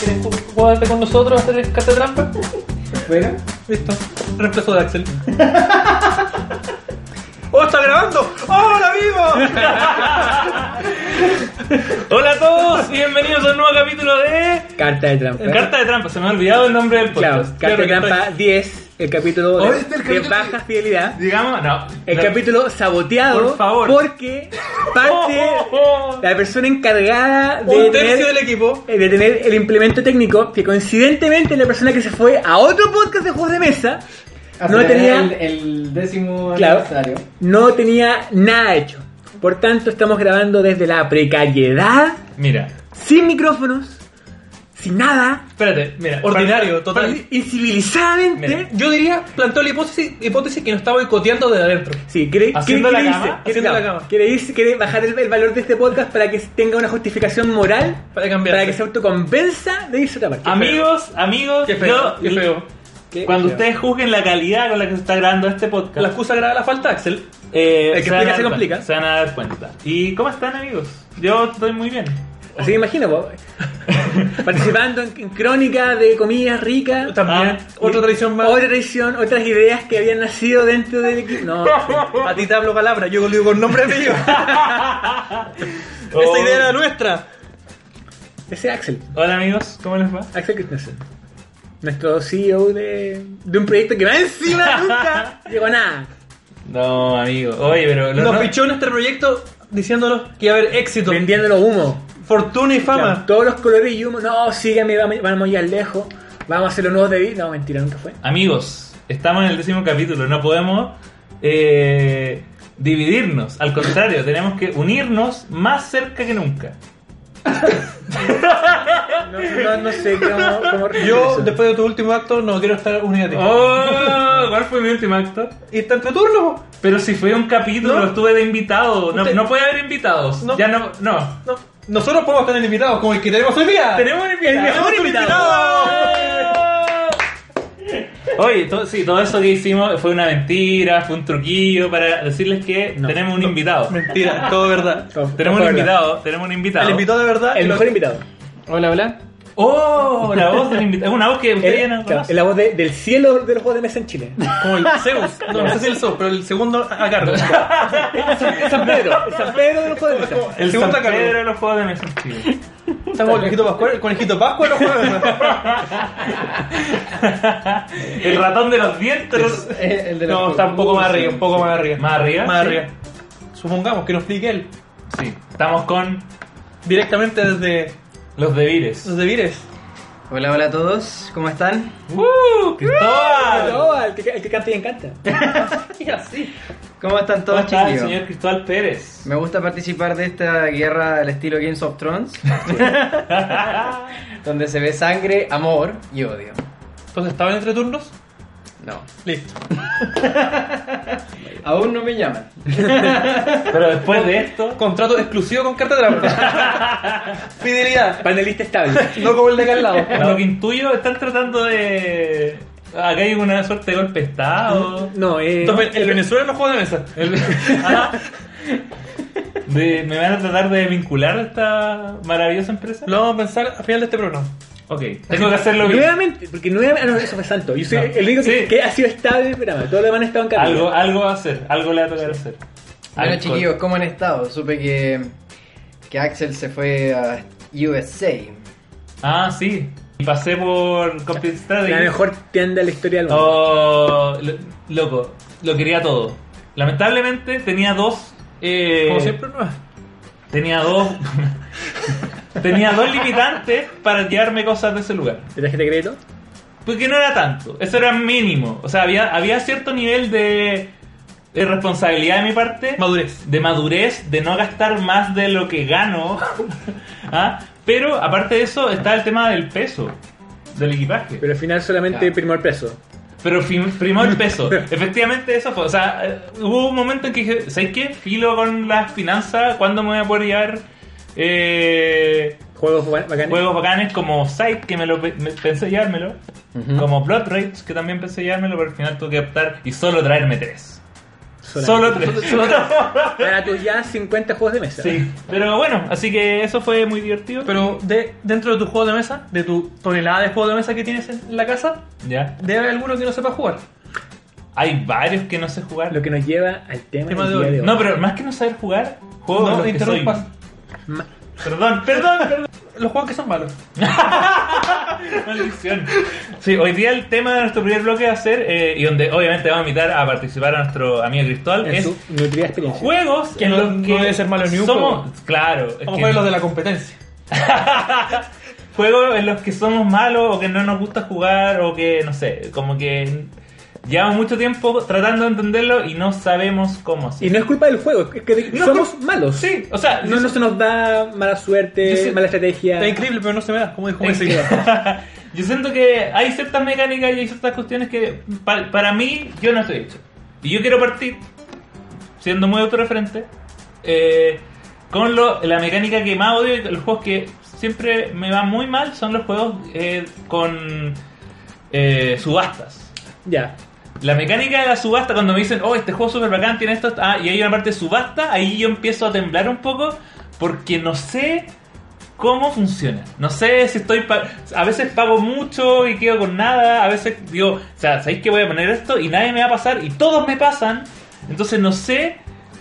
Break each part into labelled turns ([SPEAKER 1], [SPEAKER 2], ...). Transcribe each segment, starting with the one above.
[SPEAKER 1] ¿Quieres jug- jugar con nosotros a hacer el catatrampa?
[SPEAKER 2] Bueno,
[SPEAKER 1] Listo. Reemplazo de Axel. ¡Oh, está grabando! ¡Hola, vivo! Hola a todos y bienvenidos a un nuevo capítulo de...
[SPEAKER 2] carta de trampa.
[SPEAKER 1] Carta de trampa, se me ha olvidado el nombre del
[SPEAKER 2] Claro,
[SPEAKER 1] podcast.
[SPEAKER 2] carta de
[SPEAKER 1] que estoy-
[SPEAKER 2] trampa 10, el capítulo
[SPEAKER 1] Hoy
[SPEAKER 2] de,
[SPEAKER 1] está el
[SPEAKER 2] de
[SPEAKER 1] capítulo-
[SPEAKER 2] baja fidelidad.
[SPEAKER 1] Digamos, no.
[SPEAKER 2] El
[SPEAKER 1] No.
[SPEAKER 2] capítulo saboteado
[SPEAKER 1] Por favor.
[SPEAKER 2] porque parte
[SPEAKER 1] Oh, oh, oh.
[SPEAKER 2] la persona encargada de
[SPEAKER 1] Un
[SPEAKER 2] tener,
[SPEAKER 1] tercio del equipo.
[SPEAKER 2] eh, de tener el implemento técnico que coincidentemente es la persona que se fue a otro podcast de juegos de mesa
[SPEAKER 3] A
[SPEAKER 2] no tenía,
[SPEAKER 3] celebrar El, el décimo
[SPEAKER 2] Claro.
[SPEAKER 3] aniversario.
[SPEAKER 2] no tenía nada hecho. Por tanto, estamos grabando desde la precariedad,
[SPEAKER 1] Mira,
[SPEAKER 2] sin micrófonos, sin nada,
[SPEAKER 1] espérate, mira. Ordinario, total.
[SPEAKER 2] incivilizadamente.
[SPEAKER 1] Mira, yo diría, plantó la hipótesis, hipótesis que nos está boicoteando desde adentro.
[SPEAKER 2] Sí, quiere,
[SPEAKER 1] Haciendo
[SPEAKER 2] quiere-
[SPEAKER 1] la
[SPEAKER 2] quiere
[SPEAKER 1] cama,
[SPEAKER 2] irse, quiere-
[SPEAKER 1] haciendo la
[SPEAKER 2] no,
[SPEAKER 1] cama.
[SPEAKER 2] quiere irse- quiere bajar el, el valor de este podcast para que tenga una justificación moral
[SPEAKER 1] Para cambiar.
[SPEAKER 2] para que se autoconvenza de irse a otra parte.
[SPEAKER 4] Amigos, amigos,
[SPEAKER 1] Qué feo,
[SPEAKER 4] yo-
[SPEAKER 1] qué feo.
[SPEAKER 2] Qué
[SPEAKER 4] cuando
[SPEAKER 2] feo.
[SPEAKER 4] ustedes juzguen la calidad con la que se está grabando este podcast,
[SPEAKER 1] La excusa grave la falta, Axel.
[SPEAKER 4] eh,
[SPEAKER 2] El que
[SPEAKER 4] van a
[SPEAKER 2] explica
[SPEAKER 4] dar
[SPEAKER 2] se complica.
[SPEAKER 4] cuenta, se van a dar cuenta. ¿Y cómo están, amigos? Yo estoy muy bien.
[SPEAKER 2] Así que imagino, po. participando en, en crónica de comidas ricas.
[SPEAKER 4] Ah,
[SPEAKER 1] También, otra
[SPEAKER 2] Y-
[SPEAKER 1] tradición más.
[SPEAKER 2] Otra tradición, otras ideas que habían nacido dentro del equipo. No,
[SPEAKER 1] A ti te hablo palabra, yo lo digo con nombre mío. Esta
[SPEAKER 4] Oh.
[SPEAKER 1] idea era nuestra.
[SPEAKER 2] ese es Axel.
[SPEAKER 4] Hola, amigos, ¿cómo les va?
[SPEAKER 2] Axel Christensen. Nuestro CEO de, de un proyecto que más encima nunca llegó a nada.
[SPEAKER 4] No, amigos. Oye, pero
[SPEAKER 1] Nos pichó en este proyecto diciéndonos que iba a haber éxito,
[SPEAKER 2] Vendiéndolo humo.
[SPEAKER 1] fortuna y
[SPEAKER 2] Claro,
[SPEAKER 1] fama.
[SPEAKER 2] todos los colores y humo. No, síganme, vamos, vamos a ir lejos. Vamos a hacer los nuevos de No, mentira, nunca fue.
[SPEAKER 4] Amigos, estamos en el décimo capítulo, no podemos eh, dividirnos, al contrario, tenemos que unirnos más cerca que nunca.
[SPEAKER 2] No, no, no sé cómo. cómo
[SPEAKER 1] Yo,
[SPEAKER 2] eso.
[SPEAKER 1] después de tu último acto, no quiero estar unido a ti.
[SPEAKER 4] Oh, ¿Cuál fue mi último acto?
[SPEAKER 1] Y está entre turno.
[SPEAKER 4] Pero si fue un capítulo,
[SPEAKER 1] No.
[SPEAKER 4] estuve de invitado. No,
[SPEAKER 1] Usted-
[SPEAKER 4] no puede haber invitados.
[SPEAKER 1] No.
[SPEAKER 4] Ya no. No.
[SPEAKER 1] No. Nosotros podemos tener invitados como el que tenemos hoy día.
[SPEAKER 4] Tenemos un invitado.
[SPEAKER 2] El mejor
[SPEAKER 4] ¡Tenemos un
[SPEAKER 2] invitado.
[SPEAKER 4] invitado! Oye, to- sí, todo eso que hicimos fue una mentira, fue un truquillo para decirles que
[SPEAKER 2] No.
[SPEAKER 4] tenemos un invitado.
[SPEAKER 1] Mentira, todo verdad.
[SPEAKER 2] No, no
[SPEAKER 4] Tenemos un
[SPEAKER 2] fue verdad.
[SPEAKER 4] invitado, tenemos un invitado.
[SPEAKER 1] El invitado de verdad.
[SPEAKER 2] El
[SPEAKER 1] Ah, lo-
[SPEAKER 2] mejor invitado.
[SPEAKER 3] Hola, hola.
[SPEAKER 4] Oh, la voz del invitado. Es una voz que ustedes ya
[SPEAKER 2] El,
[SPEAKER 4] no
[SPEAKER 2] claro,
[SPEAKER 4] conocen. Ah,
[SPEAKER 2] la voz de- del cielo de los juegos de mesa en Chile.
[SPEAKER 1] Como el Zeus. No, no sé si el Zeus, pero el segundo a cargo.
[SPEAKER 2] San Pedro, el San Pedro de los juegos de mesa.
[SPEAKER 4] El
[SPEAKER 1] segundo
[SPEAKER 4] San
[SPEAKER 1] a cargo.
[SPEAKER 4] Pedro de los juegos de mesa en Chile.
[SPEAKER 1] Estamos con el conejito Pascual, el conejito Pascual no juega.
[SPEAKER 4] El ratón de los dientes.
[SPEAKER 3] Eh, el de los-
[SPEAKER 1] No, está un poco más arriba, un poco más arriba.
[SPEAKER 4] Más arriba.
[SPEAKER 1] Más
[SPEAKER 4] sí.
[SPEAKER 1] arriba. Supongamos que nos explique él.
[SPEAKER 4] Sí. Estamos con
[SPEAKER 1] Directamente desde,
[SPEAKER 4] los debires.
[SPEAKER 1] desde Vires.
[SPEAKER 3] Hola, hola a todos. ¿Cómo están?
[SPEAKER 4] ¡Uh! ¡Cristóbal!
[SPEAKER 2] No, el que, el que canta y encanta.
[SPEAKER 3] ¿Cómo están
[SPEAKER 4] ¿Cómo
[SPEAKER 3] todos,
[SPEAKER 4] está el
[SPEAKER 3] chiquillos?
[SPEAKER 4] señor Cristóbal Pérez?
[SPEAKER 3] Me gusta participar de esta guerra al estilo Games of Thrones, donde se ve sangre, amor y odio.
[SPEAKER 1] Entonces, ¿estaban entre turnos?
[SPEAKER 3] No.
[SPEAKER 1] Listo.
[SPEAKER 3] Aún no me llaman.
[SPEAKER 4] Pero después de esto,
[SPEAKER 1] Contrato exclusivo con carta trampa. Fidelidad.
[SPEAKER 2] Panelista estable.
[SPEAKER 1] No como el de acá al lado.
[SPEAKER 4] lo que intuyo, están tratando de. Acá hay una suerte de golpe de estado.
[SPEAKER 2] No, eh.
[SPEAKER 1] Entonces, el Venezuela no juega de mesa.
[SPEAKER 4] El- Ah. De- me van a tratar de vincular a esta maravillosa empresa.
[SPEAKER 1] Lo vamos a pensar al final de este programa.
[SPEAKER 4] Ok, tengo que hacerlo bien.
[SPEAKER 2] Nuevamente, porque nuevamente. Ah, no, eso fue santo. Yo soy
[SPEAKER 4] No.
[SPEAKER 2] el único que,
[SPEAKER 4] Sí.
[SPEAKER 2] que ha sido estable en el programa. Todos los demás han estado en cambio.
[SPEAKER 4] Algo, algo va a hacer, algo le va a tocar hacer.
[SPEAKER 3] Bueno,
[SPEAKER 4] Alcohol.
[SPEAKER 3] chiquillos, ¿cómo han estado? Supe que, que Axel se fue a USA.
[SPEAKER 4] Ah, sí. Y pasé por Complete Studies.
[SPEAKER 2] La mejor tienda de la historia del mundo.
[SPEAKER 4] Oh, lo- loco, lo quería todo. Lamentablemente tenía dos. eh,
[SPEAKER 1] Como siempre, no es.
[SPEAKER 4] Tenía dos. tenía dos limitantes para llevarme cosas de ese lugar.
[SPEAKER 2] ¿Te tarjeta de crédito?
[SPEAKER 4] Porque no era tanto, eso era mínimo. O sea, había, había cierto nivel de. Es responsabilidad de mi parte.
[SPEAKER 1] Madurez.
[SPEAKER 4] De madurez, de no gastar más de lo que gano. ¿Ah? Pero aparte de eso está el tema del peso, del equipaje.
[SPEAKER 2] Pero al final solamente
[SPEAKER 3] Ya.
[SPEAKER 2] primor peso.
[SPEAKER 4] Pero fim- primó el peso. Efectivamente, eso fue. O sea, eh, hubo un momento en que dije, ¿sabes qué? Filo con las finanzas, ¿cuándo me voy a poder llevar eh,
[SPEAKER 2] Juegos ba- bacanes.
[SPEAKER 4] juegos bacanes como Sight, que me lo pe- me- pensé llevármelo?
[SPEAKER 3] Ujú.
[SPEAKER 4] Como Blood Rage, que también pensé llevármelo, pero al final tuve que optar y solo traerme tres.
[SPEAKER 2] solamente.
[SPEAKER 4] Solo tres.
[SPEAKER 2] Para tus ya 50 juegos de mesa.
[SPEAKER 4] sí. Pero bueno, así que eso fue muy divertido.
[SPEAKER 1] Pero de, dentro de tu juego de mesa, de tu tonelada de juego de mesa que tienes en la casa,
[SPEAKER 4] ya.
[SPEAKER 1] debe haber alguno que no sepa jugar.
[SPEAKER 4] Hay varios que no sé jugar.
[SPEAKER 2] Lo que nos lleva al tema,
[SPEAKER 1] Tema
[SPEAKER 2] del
[SPEAKER 1] de
[SPEAKER 2] día
[SPEAKER 1] hoy.
[SPEAKER 2] de hoy.
[SPEAKER 4] No, pero más que no saber jugar, juego
[SPEAKER 1] no
[SPEAKER 4] no,
[SPEAKER 1] te
[SPEAKER 4] que soy.
[SPEAKER 1] interrumpas.
[SPEAKER 2] Ma-
[SPEAKER 4] Perdón, perdón, perdón.
[SPEAKER 1] Los juegos que son malos.
[SPEAKER 4] Maldición. Sí, hoy día el tema de nuestro primer bloque va a ser, eh, y donde obviamente vamos a invitar a participar a nuestro amigo Cristóbal,
[SPEAKER 2] En
[SPEAKER 4] es
[SPEAKER 2] su nutrida experiencia.
[SPEAKER 4] juegos
[SPEAKER 1] Que
[SPEAKER 4] en
[SPEAKER 1] no-
[SPEAKER 4] los
[SPEAKER 1] no
[SPEAKER 4] que
[SPEAKER 1] debe ser malo ni un
[SPEAKER 4] somos,
[SPEAKER 1] juego.
[SPEAKER 4] Claro, es
[SPEAKER 1] Vamos
[SPEAKER 4] que-
[SPEAKER 1] a ver los de la competencia.
[SPEAKER 4] juegos en los que somos malos o que no nos gusta jugar o que, no sé, como que llevamos mucho tiempo tratando de entenderlo y no sabemos cómo hacer.
[SPEAKER 2] Y no es culpa del juego, es que de-
[SPEAKER 1] No es
[SPEAKER 2] somos malos.
[SPEAKER 1] Sí, o sea,
[SPEAKER 2] No,
[SPEAKER 1] yo-
[SPEAKER 2] no se nos da mala suerte,
[SPEAKER 1] Yo sé-
[SPEAKER 2] mala estrategia.
[SPEAKER 1] está increíble, pero no se me da, como dijo
[SPEAKER 4] Es
[SPEAKER 1] ese.
[SPEAKER 4] que- yo siento que hay ciertas mecánicas y hay ciertas cuestiones que pa- para mí yo no estoy hecho. Y yo quiero partir, siendo muy autorreferente, eh, con lo- la mecánica que más odio y los juegos que siempre me van muy mal son los juegos eh, con eh, subastas.
[SPEAKER 2] Ya.
[SPEAKER 4] La mecánica de la subasta, cuando me dicen, oh, este juego es súper bacán, tiene esto, ah, y hay una parte de subasta, ahí yo empiezo a temblar un poco porque no sé cómo funciona. No sé si estoy. pa- a veces pago mucho y quedo con nada, a veces digo, o sea, ¿sabéis que voy a poner esto y nadie me va a pasar y todos me pasan? Entonces no sé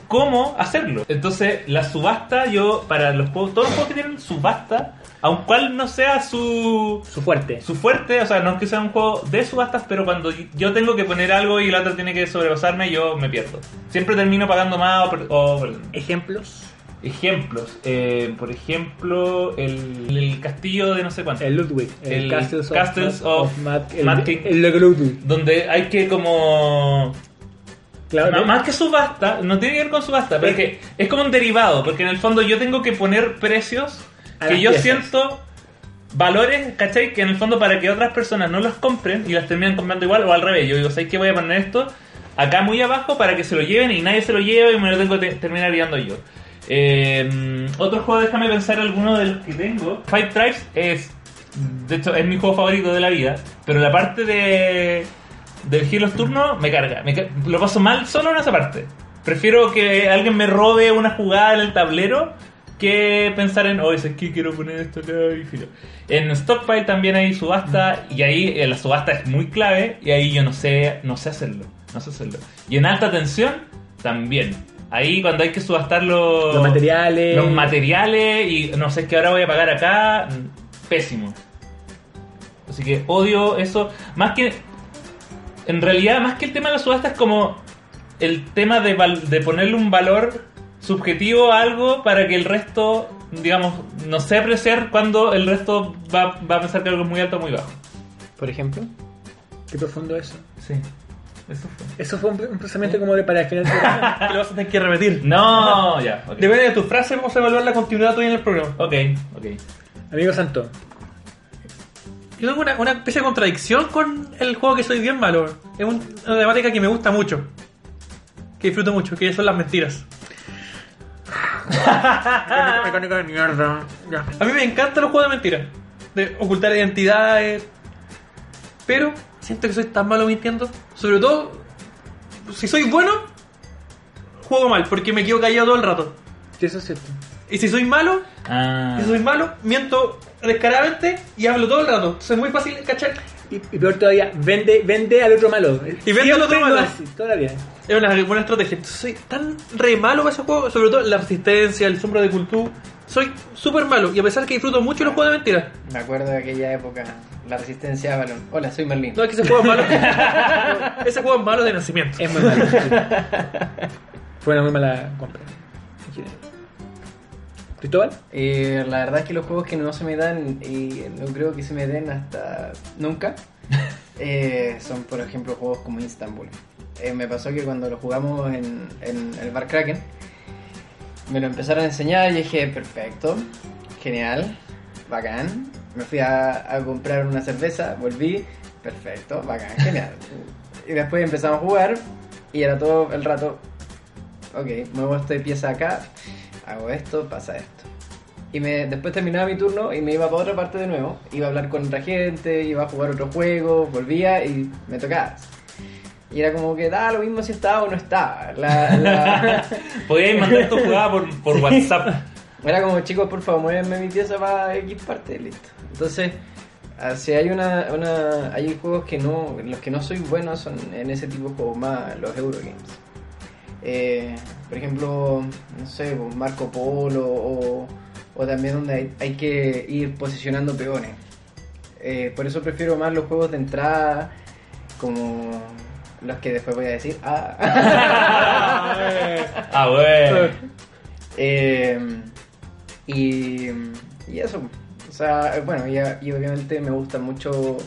[SPEAKER 4] cómo hacerlo. Entonces, la subasta, yo, para los juegos, todos los juegos que tienen subasta, aun cual no sea su
[SPEAKER 2] Su fuerte.
[SPEAKER 4] su fuerte, o sea, no es que sea un juego de subastas, pero cuando yo tengo que poner algo y el otro tiene que sobrepasarme, yo me pierdo. Siempre termino pagando más o, per- o perdiendo.
[SPEAKER 2] Ejemplos.
[SPEAKER 4] Ejemplos. eh, por ejemplo, el, el castillo de no sé cuánto.
[SPEAKER 2] El Ludwig. El,
[SPEAKER 4] El
[SPEAKER 2] Castles, of-
[SPEAKER 4] Castles
[SPEAKER 2] of,
[SPEAKER 4] of
[SPEAKER 2] Mad, el,
[SPEAKER 4] Mad King.
[SPEAKER 2] el Lego Ludwig.
[SPEAKER 4] Donde hay que como...
[SPEAKER 2] Claro,
[SPEAKER 4] Ma- Más que subasta, no tiene que ver con subasta, pero es que es como un derivado, porque en el fondo yo tengo que poner precios
[SPEAKER 2] A
[SPEAKER 4] que
[SPEAKER 2] las
[SPEAKER 4] yo
[SPEAKER 2] piezas.
[SPEAKER 4] siento valores, ¿cachai? Que en el fondo para que otras personas no los compren y las terminan comprando igual o al revés. Yo digo, ¿sabes qué voy a poner esto? Acá muy abajo para que se lo lleven y nadie se lo lleve y me lo tengo que te- terminar guiando yo. Eh, otro juego, déjame pensar alguno de los que tengo. Five Tribes es, de hecho, es mi juego favorito de la vida, pero la parte de del giro turno me carga. me ca- lo paso mal solo en esa parte. Prefiero que alguien me robe una jugada en el tablero que pensar en, oh, ¿sabes qué? Quiero poner esto acá y filo. En Stockpile también hay subasta y ahí eh, la subasta es muy clave y ahí yo no sé, no sé hacerlo. No sé hacerlo. Y en alta tensión también. Ahí cuando hay que subastar los,
[SPEAKER 2] Los materiales.
[SPEAKER 4] los materiales y no sé qué ahora voy a pagar acá, mm, pésimo. Así que odio eso. Más que en realidad, más que el tema de la subasta, es como el tema de, val- de ponerle un valor subjetivo a algo para que el resto, digamos, no sé apreciar cuando el resto va, va a pensar que algo es muy alto o muy bajo.
[SPEAKER 3] Por ejemplo.
[SPEAKER 2] Qué profundo eso.
[SPEAKER 4] Sí, eso fue.
[SPEAKER 2] Eso fue un, un pensamiento como de para el final. del programa.
[SPEAKER 1] Que lo vas a tener que repetir.
[SPEAKER 4] No, ya, ok.
[SPEAKER 1] Depende de tu frase, vamos a evaluar la continuidad tuya en el programa.
[SPEAKER 4] Ok, ok.
[SPEAKER 2] Amigo Santo,
[SPEAKER 1] Yo tengo una, una especie de contradicción con el juego que soy bien malo. Es un- una temática que me gusta mucho. Que disfruto mucho, que son las mentiras.
[SPEAKER 2] mecánica de mierda.
[SPEAKER 1] A mí me encantan los juegos de mentiras. De ocultar identidades. Pero siento que soy tan malo mintiendo. Sobre todo, si soy bueno, juego mal, porque me quedo callado todo el rato.
[SPEAKER 2] Sí, eso es cierto.
[SPEAKER 1] Y si soy malo,
[SPEAKER 4] Ah,
[SPEAKER 1] si soy malo, miento descaradamente y hablo todo el rato. Entonces es muy fácil cachar.
[SPEAKER 2] Y, y peor todavía, vende, vende al otro malo.
[SPEAKER 1] Y vende al otro malo.
[SPEAKER 2] Así, todavía.
[SPEAKER 1] Es una buena estrategia. Entonces, soy tan re malo para esos juegos, sobre todo la resistencia, el sombra de cultura. Soy súper malo y a pesar que disfruto mucho los juegos de mentiras.
[SPEAKER 3] Me acuerdo de aquella época. La resistencia a balón. Hola, soy Merlin.
[SPEAKER 1] No es que ese juego es malo. ese juego es malo de nacimiento.
[SPEAKER 3] Es muy malo.
[SPEAKER 2] Fue una muy mala compra. en general. ¿Cristóbal?
[SPEAKER 3] Eh, la verdad es que los juegos que no se me dan y no creo que se me den hasta nunca eh, son, por ejemplo, juegos como Istanbul. eh, me pasó que cuando lo jugamos en, en el Bar Kraken, me lo empezaron a enseñar y dije, perfecto, genial, bacán. Me fui a, a comprar una cerveza, volví, perfecto, bacán, genial. y después empezamos a jugar y era todo el rato, ok, muevo esta pieza acá, hago esto, pasa esto. Y me, después terminaba mi turno y me iba para otra parte de nuevo. Iba a hablar con otra gente, iba a jugar otro juego, volvía y me tocaba. Y era como que da lo mismo si estaba o no estaba. La- la-
[SPEAKER 4] Podíais mandar tu jugada por, por WhatsApp.
[SPEAKER 3] Era como, chicos, por favor, muévenme mi pieza para X parte, listo. Entonces, ah, si hay una, una hay juegos que no, los que no soy bueno son en ese tipo de juegos más los Eurogames. Eh, por ejemplo, no sé, pues, Marco Polo o, o también donde hay, hay que ir posicionando peones. Eh, por eso prefiero más los juegos de entrada como los que después voy a decir. Ah.
[SPEAKER 4] Ah, bueno.
[SPEAKER 3] Eh, y, y eso. O sea, eh, bueno, y, y obviamente me gusta mucho.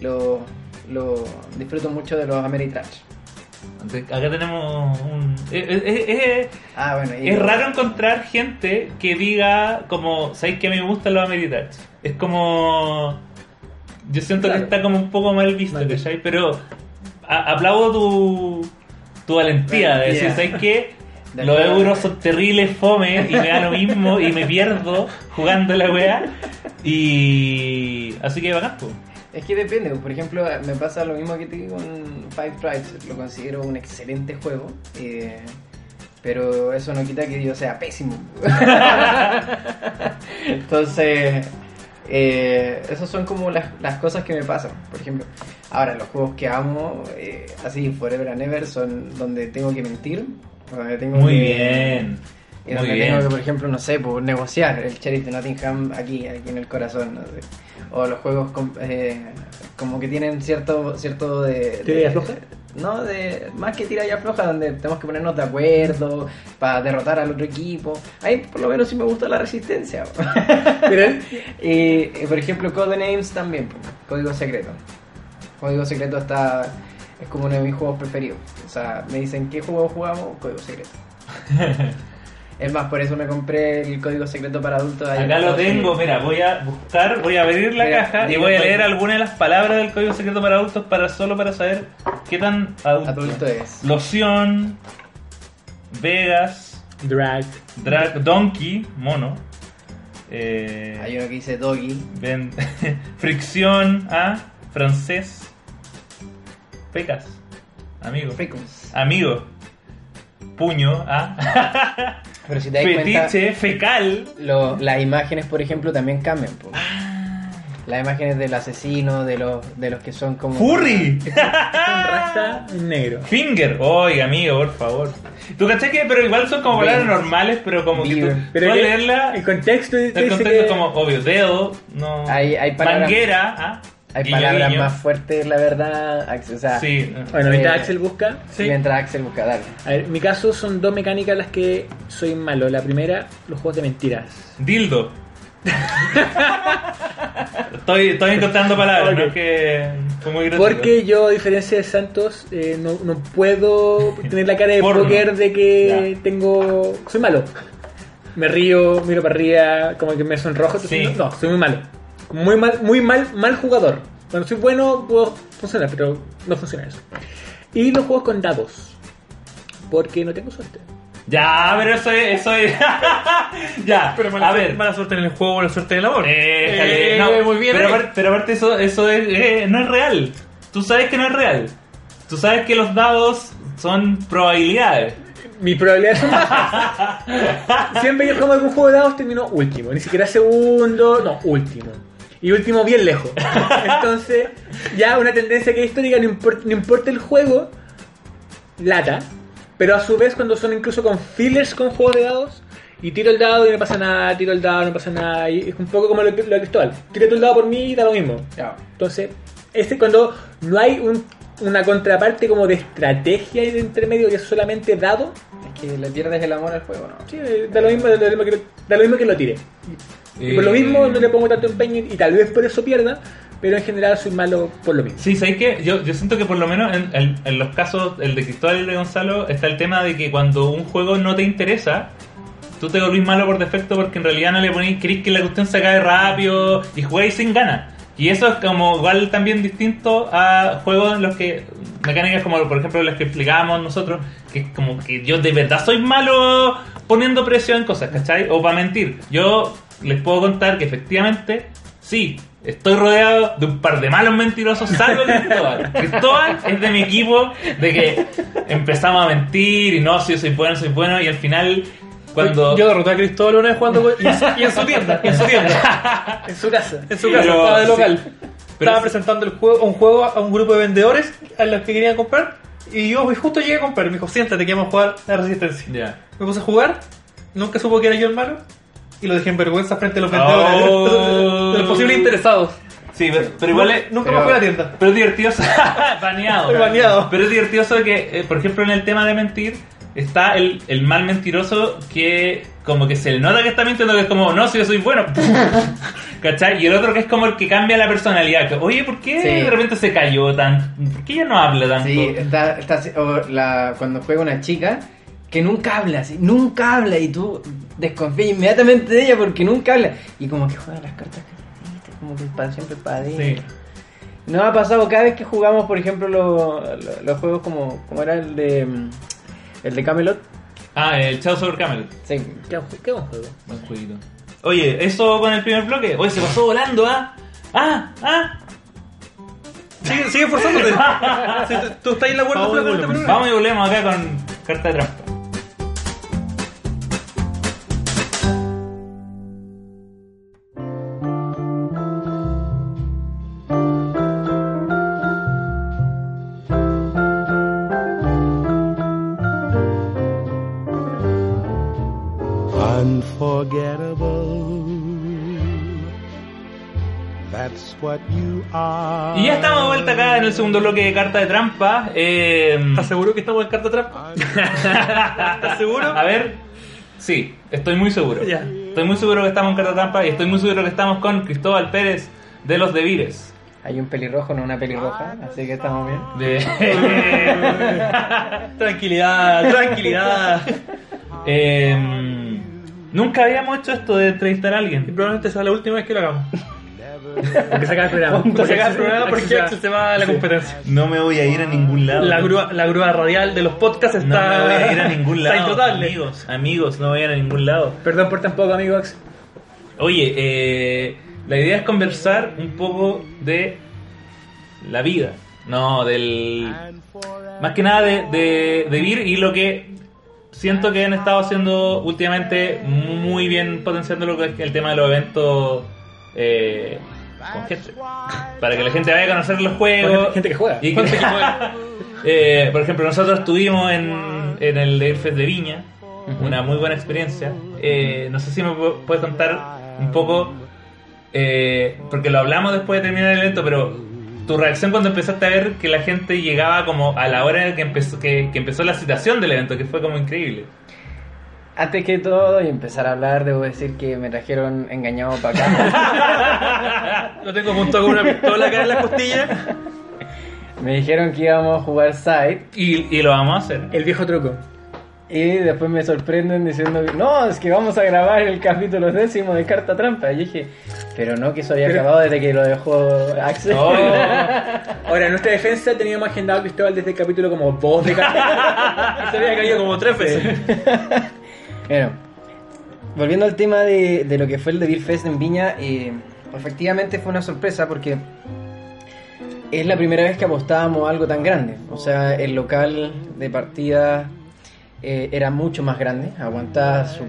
[SPEAKER 3] Lo, lo- disfruto mucho de los Ameritrash.
[SPEAKER 4] Acá tenemos un... Es, es- es- es-
[SPEAKER 3] Ah, bueno. y-
[SPEAKER 4] es raro encontrar gente que diga como, ¿sabéis que a mí me gustan los Ameritrash? Es como... Yo siento
[SPEAKER 3] Claro.
[SPEAKER 4] que está como un poco mal visto,
[SPEAKER 3] Mal visto.
[SPEAKER 4] ¿cachai? Pero a- aplaudo tu, tu valentía de decir,
[SPEAKER 3] Valentía.
[SPEAKER 4] ¿sabéis qué?
[SPEAKER 3] De
[SPEAKER 4] Los
[SPEAKER 3] acuerdo.
[SPEAKER 4] euros son terribles, fome, y me da lo mismo, y me pierdo jugando la weá. Y... Así que bacán, pues.
[SPEAKER 3] Es que depende, por ejemplo, me pasa lo mismo que te digo con Five Tribes, lo considero un excelente juego, eh, pero eso no quita que yo sea pésimo. Entonces, eh, esas son como las, las cosas que me pasan, por ejemplo. Ahora, los juegos que amo, eh, así, Forever and Ever, son donde tengo que mentir, donde tengo
[SPEAKER 4] Muy
[SPEAKER 3] que-
[SPEAKER 4] bien.
[SPEAKER 3] y
[SPEAKER 4] Muy
[SPEAKER 3] donde tengo que,
[SPEAKER 4] bien.
[SPEAKER 3] por ejemplo, no sé, por negociar el sheriff de Nottingham aquí, aquí en el corazón, no sé. O los juegos com- eh, como que tienen cierto, cierto de...
[SPEAKER 2] ¿Tira y
[SPEAKER 3] de-
[SPEAKER 2] afloja?
[SPEAKER 3] No, de, más que tira y afloja, donde tenemos que ponernos de acuerdo para derrotar al otro equipo. Ahí por lo menos sí me gusta la resistencia.
[SPEAKER 2] Mira,
[SPEAKER 3] y, y, por ejemplo, Codenames también, pues, Código Secreto. Código Secreto está... Es como uno de mis juegos preferidos. O sea, me dicen, ¿qué juego jugamos? Código Secreto. Es más, por eso me compré el código secreto para adultos. ahí en
[SPEAKER 4] Acá lo
[SPEAKER 3] Estados
[SPEAKER 4] tengo,
[SPEAKER 3] Unidos.
[SPEAKER 4] mira, voy a buscar, voy a abrir la
[SPEAKER 3] Mira,
[SPEAKER 4] caja y
[SPEAKER 3] mira,
[SPEAKER 4] voy a
[SPEAKER 3] mira.
[SPEAKER 4] leer algunas de las palabras del código secreto para adultos para solo para saber qué tan adulto,
[SPEAKER 3] Adulto es.
[SPEAKER 4] Loción, Vegas,
[SPEAKER 2] Drag.
[SPEAKER 4] Drag, Donkey, mono, eh,
[SPEAKER 3] Hay uno que dice doggy.
[SPEAKER 4] ven- fricción, ah, francés, pecas, amigo,
[SPEAKER 3] Freckles.
[SPEAKER 4] amigo, puño, ah,
[SPEAKER 3] Pero si te das cuenta,
[SPEAKER 4] fetiche, fecal.
[SPEAKER 3] lo- las imágenes, por ejemplo, también cambian. po.
[SPEAKER 4] Ah.
[SPEAKER 3] Las imágenes del asesino, de los, de los que son como.
[SPEAKER 4] ¡Furry!
[SPEAKER 2] Un rasta negro.
[SPEAKER 4] Finger, oye amigo, por favor. ¿Tú cachai que? Pero igual son como
[SPEAKER 3] Bien.
[SPEAKER 4] palabras normales, pero como que tú,
[SPEAKER 3] Bien.
[SPEAKER 4] tú
[SPEAKER 2] Pero
[SPEAKER 4] al
[SPEAKER 2] que-
[SPEAKER 4] leerla,
[SPEAKER 2] el contexto
[SPEAKER 4] el
[SPEAKER 2] dice
[SPEAKER 4] contexto
[SPEAKER 2] que-
[SPEAKER 4] es como obvio, dedo, no.
[SPEAKER 3] Hay- hay palabras-
[SPEAKER 4] manguera, ah,
[SPEAKER 3] Hay
[SPEAKER 4] guiño,
[SPEAKER 3] palabras
[SPEAKER 4] guiño.
[SPEAKER 3] más fuertes, la verdad. Axel, O sea,
[SPEAKER 4] Sí,
[SPEAKER 2] Bueno, mientras
[SPEAKER 3] Eh,
[SPEAKER 2] Axel busca.
[SPEAKER 4] sí.
[SPEAKER 3] mientras Axel busca, dale.
[SPEAKER 2] A ver, en mi caso son dos mecánicas las que soy malo. La primera, los juegos de mentiras.
[SPEAKER 4] dildo. estoy, estoy encontrando palabras, no
[SPEAKER 2] Ok.
[SPEAKER 4] es que fue muy gracioso.
[SPEAKER 2] Porque yo, a diferencia de Santos, eh, no, no puedo tener la cara de
[SPEAKER 4] Porno.
[SPEAKER 2] póker de que tengo. Soy malo. Me río, miro para arriba, como que me sonrojo. entonces
[SPEAKER 4] Sí.
[SPEAKER 2] No, no, soy muy malo. Muy mal, muy mal, mal jugador. Cuando soy bueno, puedo funcionar, pero no funciona eso. Y los juegos con dados. Porque no tengo suerte.
[SPEAKER 4] Ya, pero eso es, eso es. ya,
[SPEAKER 1] Pero
[SPEAKER 4] a
[SPEAKER 1] mala,
[SPEAKER 4] ver.
[SPEAKER 1] mala suerte en el juego, mala suerte en el amor.
[SPEAKER 4] Eh, jale,
[SPEAKER 1] Eh,
[SPEAKER 4] no,
[SPEAKER 1] muy bien.
[SPEAKER 4] Pero,
[SPEAKER 1] ahí.
[SPEAKER 4] aparte- pero aparte eso, eso es, eh, no es real. Tú sabes que no es real. Tú sabes que los dados son probabilidades.
[SPEAKER 2] Mi probabilidad son bajas. Siempre que juego algún juego de dados termino último. Ni siquiera segundo, no, último. Y último bien lejos. Entonces, ya una tendencia que es histórica, no importa, no importa el juego, lata. Pero a su vez, cuando son incluso con fillers con juegos de dados, y tiro el dado y no pasa nada, tiro el dado, no pasa nada. Y es un poco como lo, lo de Cristóbal. Tira tú el dado por mí y da lo mismo.
[SPEAKER 3] Chao.
[SPEAKER 2] Entonces, este cuando no hay un- una contraparte como de estrategia y de entremedio que es solamente dado,
[SPEAKER 3] Es que le pierdes el amor al juego, ¿no?
[SPEAKER 2] sí, eh, da lo mismo, da lo
[SPEAKER 4] Eh,
[SPEAKER 2] mismo que, lo- da lo mismo que lo tire. Y por lo mismo no le pongo tanto empeño y tal vez por eso pierda, pero en general soy malo por lo mismo.
[SPEAKER 4] Sí, ¿sabes qué? Yo, yo siento que por lo menos en, en- en los casos, el de Cristóbal y el de Gonzalo, está el tema de que cuando un juego no te interesa, tú te volvís malo por defecto porque en realidad no le ponís, querís que la cuestión se acabe rápido y jugáis sin ganas. Y eso es como igual también distinto a juegos en los que mecánicas como por ejemplo las que explicábamos nosotros, que es como que yo de verdad soy malo poniendo presión en cosas, ¿cachai? O para mentir. Yo les puedo contar que efectivamente, sí, estoy rodeado de un par de malos mentirosos, salvo el Cristóbal. Cristóbal es de mi equipo, de que empezamos a mentir y no, si yo soy bueno, soy bueno, y al final... Cuando...
[SPEAKER 1] Yo derroté a Cristóbal una vez jugando con- y, en su- y en su tienda, y en su tienda,
[SPEAKER 2] En su casa.
[SPEAKER 1] en su casa,
[SPEAKER 4] Pero-
[SPEAKER 1] estaba de local.
[SPEAKER 4] Pero-
[SPEAKER 1] estaba presentando el juego, un juego a un grupo de vendedores a los que querían comprar y yo justo llegué a comprar y me dijo, siéntate que vamos a jugar la resistencia.
[SPEAKER 4] Ya.
[SPEAKER 1] Me puse a jugar, nunca supo que era yo el malo y lo dejé en vergüenza frente a los vendedores,
[SPEAKER 4] Oh.
[SPEAKER 1] de los posibles interesados.
[SPEAKER 4] Sí, pero, pero igual es,
[SPEAKER 1] Nunca
[SPEAKER 3] pero-
[SPEAKER 1] más fui a la tienda.
[SPEAKER 4] pero es divertido. baneado.
[SPEAKER 1] Estoy baneado.
[SPEAKER 4] Pero es divertido eso de que, eh, por ejemplo, en el tema de mentir, está el, el mal mentiroso que como que se le nota que está mintiendo, que es como, no, si yo soy bueno. ¿Cachai? Y el otro que es como el que cambia la personalidad. que, Oye, ¿por qué
[SPEAKER 3] Sí.
[SPEAKER 4] de repente se cayó tan? ¿Por qué ya no habla tanto?
[SPEAKER 3] Sí, está, está así- o la, cuando juega una chica que nunca habla, así, nunca habla y tú desconfías inmediatamente de ella porque nunca habla. Y como que juega las cartas calladitas, como que para siempre para adentro.
[SPEAKER 4] Sí.
[SPEAKER 3] Nos ha pasado cada vez que jugamos, por ejemplo, lo- lo- los juegos como, como era el de, mm, el de Camelot.
[SPEAKER 4] Ah, el Chao sobre Camelot.
[SPEAKER 3] Sí,
[SPEAKER 2] ¿Qué, qué buen juego?
[SPEAKER 4] Buen jueguito. Oye, eso con el primer bloque. Oye, se pasó volando, ¿ah? Ah, ah.
[SPEAKER 1] Sigue, sigue forzándote. Si tú, tú estás en la cuerda floja de este programa.
[SPEAKER 4] Vamos y volvemos acá con carta de trampa.
[SPEAKER 5] Unforgettable. That's what you are.
[SPEAKER 4] Y ya estamos de vuelta acá en el segundo bloque de carta de trampa. Eh,
[SPEAKER 1] ¿Estás seguro que estamos en carta trampa? ¿Estás seguro?
[SPEAKER 4] a ver, sí, estoy muy seguro.
[SPEAKER 1] Ya.
[SPEAKER 4] Estoy muy seguro que estamos en carta de trampa y estoy muy seguro que estamos con Cristóbal Pérez de los Devires.
[SPEAKER 3] hay un pelirrojo, no una pelirroja, así que estamos bien.
[SPEAKER 4] De...
[SPEAKER 1] Tranquilidad, tranquilidad.
[SPEAKER 4] Eh, nunca habíamos hecho esto de entrevistar a
[SPEAKER 1] Y
[SPEAKER 4] alguien.
[SPEAKER 1] probablemente sea la última vez que lo hagamos.
[SPEAKER 2] Porque se acaba el programa.
[SPEAKER 1] Porque acá el programa porque Axel se va a la competencia.
[SPEAKER 4] No me voy a ir a ningún lado.
[SPEAKER 1] La grúa, la grúa radial de los
[SPEAKER 4] no
[SPEAKER 1] podcasts está.
[SPEAKER 4] me voy a ir a ningún
[SPEAKER 1] Está
[SPEAKER 4] lado.
[SPEAKER 1] intratable.
[SPEAKER 4] Amigos, amigos, no voy a ir a ningún lado.
[SPEAKER 2] Perdón por tampoco, amigos.
[SPEAKER 4] Oye, eh, la idea es conversar un poco de la vida. No, del. Más que nada de, de, de vivir y lo que siento que han estado haciendo últimamente muy bien potenciando lo que es el tema de los eventos eh, con gente. Para que la gente vaya a conocer los juegos.
[SPEAKER 2] Con gente que juega.
[SPEAKER 4] Y gente que juega. Eh, por ejemplo, nosotros estuvimos en, en el Airfest de Viña, una muy buena experiencia. Eh, no sé si me pu- puedes contar un poco, eh, porque lo hablamos después de terminar el evento, pero tu reacción cuando empezaste a ver que la gente llegaba como a la hora en la que empezó, que, que empezó la citación del evento, que fue como increíble.
[SPEAKER 3] Antes que todo, y empezar a hablar, debo decir que me trajeron engañado para acá.
[SPEAKER 1] Ah, Lo tengo junto con una pistola acá en la costilla.
[SPEAKER 3] me dijeron que íbamos a jugar side
[SPEAKER 4] Y, y lo vamos a hacer.
[SPEAKER 2] El viejo truco.
[SPEAKER 3] Y después me sorprenden diciendo que no, es que vamos a grabar el capítulo décimo de Carta Trampa. Y dije, pero no, que eso había
[SPEAKER 2] Pero-
[SPEAKER 3] acabado desde que lo dejó Axel.
[SPEAKER 4] Oh,
[SPEAKER 2] Ahora, en nuestra defensa teníamos agendado a Cristóbal desde el capítulo como 2 de cada.
[SPEAKER 1] Se había caído como tres veces.
[SPEAKER 3] Bueno, volviendo al tema de, de lo que fue el Devil Fest en Viña, eh, efectivamente fue una sorpresa porque es la primera vez que apostábamos a algo tan grande. O sea, el local de partida eh, era mucho más grande, aguantaba su-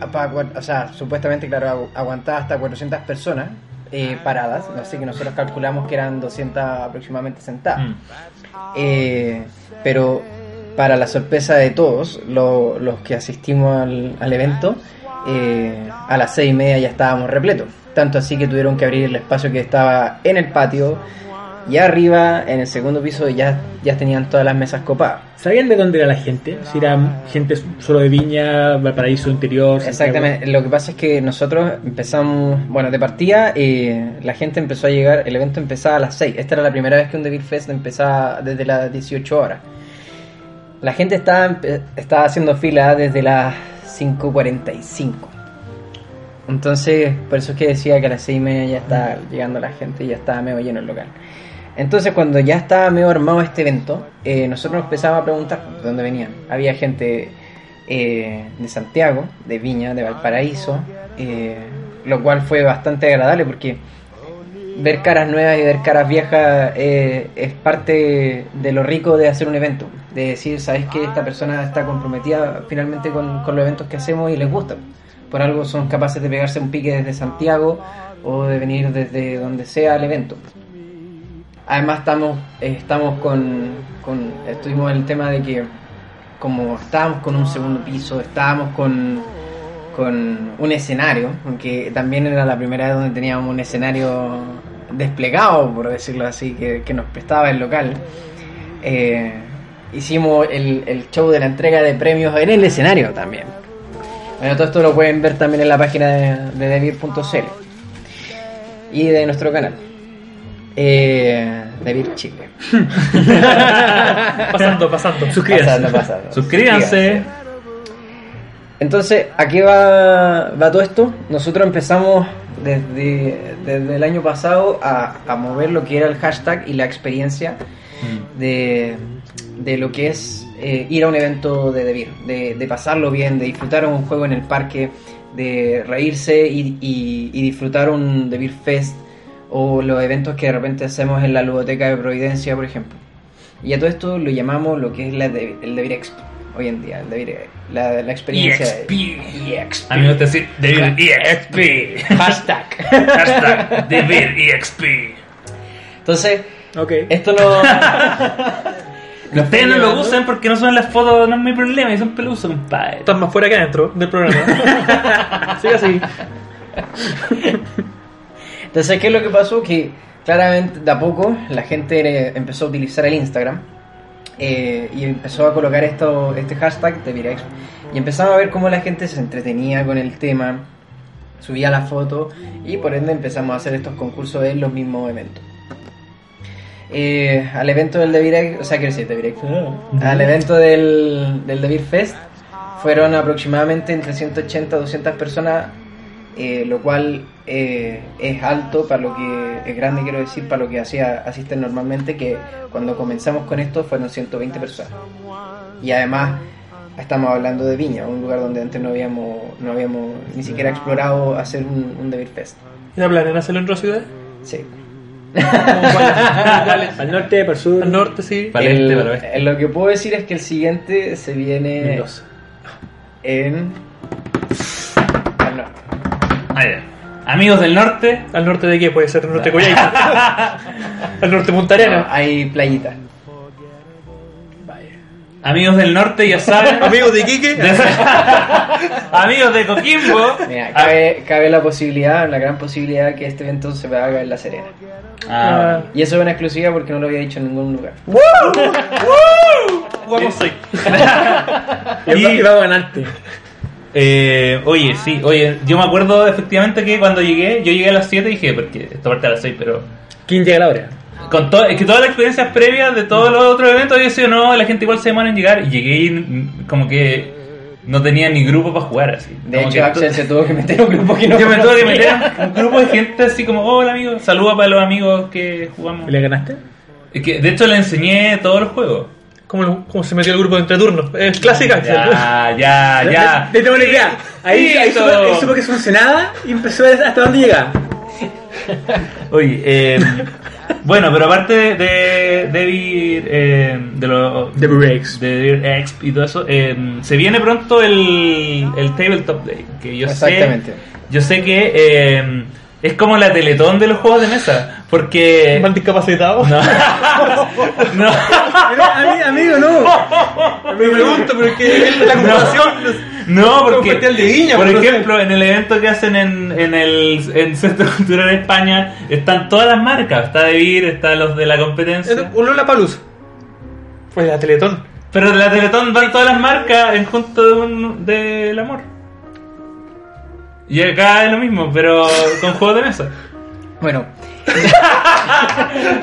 [SPEAKER 3] apa- cua- o sea, supuestamente, claro, agu- aguantaba hasta 400 personas eh, paradas, así que nosotros calculamos que eran 200 aproximadamente sentadas.
[SPEAKER 4] Mm.
[SPEAKER 3] Eh, pero para la sorpresa de todos lo- los que asistimos al, al evento, eh, a las seis y media ya estábamos repletos. Tanto así que tuvieron que abrir el espacio que estaba en el patio Y arriba, en el segundo piso, ya, ya tenían todas las mesas copadas.
[SPEAKER 2] ¿Sabían de dónde era la gente? Si era gente solo de Viña, Valparaíso Interior. Santiago.
[SPEAKER 3] Exactamente, lo que pasa es que nosotros empezamos, bueno, de partida eh, la gente empezó a llegar, el evento empezaba a las 6, esta era la primera vez que un Devil Fest empezaba desde las 18 horas. La gente estaba, empe- estaba haciendo fila desde las 5.45. Entonces, por eso es que decía que a las 6 y media ya estaba llegando la gente y ya estaba medio lleno el local. Entonces, cuando ya estaba medio armado este evento, eh, nosotros nos empezamos a preguntar de dónde venían. Había gente eh, de Santiago, de Viña, de Valparaíso, eh, lo cual fue bastante agradable porque ver caras nuevas y ver caras viejas eh, es parte de lo rico de hacer un evento. De decir, sabes que esta persona está comprometida finalmente con, con los eventos que hacemos y les gusta. Por algo son capaces de pegarse un pique desde Santiago o de venir desde donde sea al evento. Además estamos, eh, estamos con, con... Estuvimos en el tema de que como estábamos con un segundo piso, estábamos con, con un escenario, aunque también era la primera vez donde teníamos un escenario desplegado, por decirlo así, que, que nos prestaba el local. Eh, hicimos el, el show de la entrega de premios en el escenario también. Bueno, todo esto lo pueden ver también en la página de, de David.cl y de nuestro canal. Eh, David Chile.
[SPEAKER 4] Pasando, pasando.
[SPEAKER 3] Pasando, pasando.
[SPEAKER 4] Suscríbanse.
[SPEAKER 3] Entonces, aquí va, va todo esto. Nosotros empezamos desde, desde el año pasado a, a mover lo que era el hashtag y la experiencia
[SPEAKER 4] Mm.
[SPEAKER 3] de, de lo que es eh, ir a un evento de DeVir, de, de pasarlo bien, de disfrutar un juego en el parque, de reírse y, y- y disfrutar un DeVir Fest o los eventos que de repente hacemos en la ludoteca de Providencia, por ejemplo. Y a todo esto lo llamamos lo que es la de- el DeVir Expo hoy en día, el DeVir, la, la experiencia.
[SPEAKER 4] EXP.
[SPEAKER 3] EXP.
[SPEAKER 4] A mí me gusta decir David EXP.
[SPEAKER 3] Hashtag.
[SPEAKER 4] Hashtag David EXP.
[SPEAKER 3] Entonces,
[SPEAKER 2] Ok.
[SPEAKER 3] esto lo...
[SPEAKER 4] Ustedes no lo usan porque no son las fotos, no es mi problema, y son pelusos, compadre.
[SPEAKER 1] Estás más fuera que adentro del programa. Sigue así.
[SPEAKER 3] Entonces, ¿qué es lo que pasó? Que claramente de a poco la gente eh, empezó a utilizar el Instagram eh, y empezó a colocar esto, este hashtag de Virex. Y empezamos a ver cómo la gente se entretenía con el tema, subía la foto y por ende empezamos a hacer estos concursos en los mismos eventos. Eh, al evento del Devirex, o sea, quiero decir, Devirex, al evento del, del Devir Fest fueron aproximadamente entre 180 a 200 personas eh, lo cual eh, es alto para lo que es grande quiero decir para lo que hacía asisten normalmente que cuando comenzamos con esto fueron 120 personas y además estamos hablando de Viña un lugar donde antes no habíamos no habíamos ni siquiera explorado hacer un, un Devil Fest
[SPEAKER 1] ¿Y la planean hacerlo en otra ciudad?
[SPEAKER 3] sí
[SPEAKER 2] Al norte, para el sur.
[SPEAKER 1] Al norte, sí.
[SPEAKER 4] Para el este,
[SPEAKER 3] El-
[SPEAKER 4] para el oeste.
[SPEAKER 3] eh, lo que puedo decir es que el siguiente se viene
[SPEAKER 2] Mendoza.
[SPEAKER 3] en al norte.
[SPEAKER 4] Ah, ya. Amigos del norte,
[SPEAKER 1] ¿Al norte de qué? Puede ser el norte de Coyhaique. Al norte de Punta
[SPEAKER 3] No,
[SPEAKER 1] Arenas.
[SPEAKER 3] hay playita
[SPEAKER 4] amigos del norte, ya saben.
[SPEAKER 1] Amigos de Iquique.
[SPEAKER 4] De- amigos de Coquimbo. Ah,
[SPEAKER 3] Mira, cabe, cabe la posibilidad, la gran posibilidad que este evento se haga en La Serena.
[SPEAKER 4] Ah,
[SPEAKER 3] Y eso es una exclusiva porque no lo había dicho en ningún lugar.
[SPEAKER 1] Vamos ahí.
[SPEAKER 2] Y,
[SPEAKER 4] Y-
[SPEAKER 2] va- y vamos a ganarte.
[SPEAKER 4] eh, oye, sí, oye, yo me acuerdo efectivamente que cuando llegué, yo llegué a las 7 y dije, porque esto parte a las 6, pero
[SPEAKER 2] ¿Quién llega a la hora?
[SPEAKER 4] Con todo, es que todas las experiencias previas de todos los otros eventos, yo decía, no, la gente igual se demora en llegar. Y llegué y mm, como que no tenía ni grupo para jugar así.
[SPEAKER 3] De
[SPEAKER 4] Como
[SPEAKER 3] hecho,
[SPEAKER 4] que
[SPEAKER 3] Axel
[SPEAKER 4] to-
[SPEAKER 3] se tuvo que meter un grupo que no
[SPEAKER 4] yo me tuve que meter
[SPEAKER 3] conocía.
[SPEAKER 4] en un grupo de gente así como, hola amigos, saluda para los amigos que jugamos.
[SPEAKER 2] ¿Y ¿Le ganaste?
[SPEAKER 4] Es que, de hecho, le enseñé todos los juegos.
[SPEAKER 1] ¿Cómo, lo- cómo se metió el grupo de entreturnos? Es clásica.
[SPEAKER 4] Ya, ya, ya.
[SPEAKER 2] Le, le tengo una idea. Ahí, ahí
[SPEAKER 4] Listo.
[SPEAKER 2] supo, ahí supo que funcionaba y empezó a ver hasta dónde llegaba.
[SPEAKER 4] Oye, eh, bueno, pero aparte de, de, de, vir- eh, de lo-
[SPEAKER 2] The Breaks.
[SPEAKER 4] de vir- exp y todo eso, eh, se viene pronto el, el Tabletop Day, que yo em, sé,
[SPEAKER 3] Exactamente.
[SPEAKER 4] yo sé que eh, es como la Teletón de los juegos de mesa, Porque.
[SPEAKER 1] Van discapacitados.
[SPEAKER 4] No. no.
[SPEAKER 2] Mira, ami- amigo, no.
[SPEAKER 1] Me pregunto, pero es que es la comparación.
[SPEAKER 4] No,
[SPEAKER 1] Pero un
[SPEAKER 4] porque
[SPEAKER 1] festival de viña,
[SPEAKER 4] por
[SPEAKER 1] por
[SPEAKER 4] ejemplo, en el evento que hacen en, en el en Centro Cultural de España están todas las marcas, está De Vir, está los de la competencia.
[SPEAKER 1] Es Un la Palus. Pues la Teletón.
[SPEAKER 4] Pero de la Teletón van todas las marcas en junto de un, del amor. Y acá es lo mismo, pero con juegos de mesa.
[SPEAKER 3] Bueno,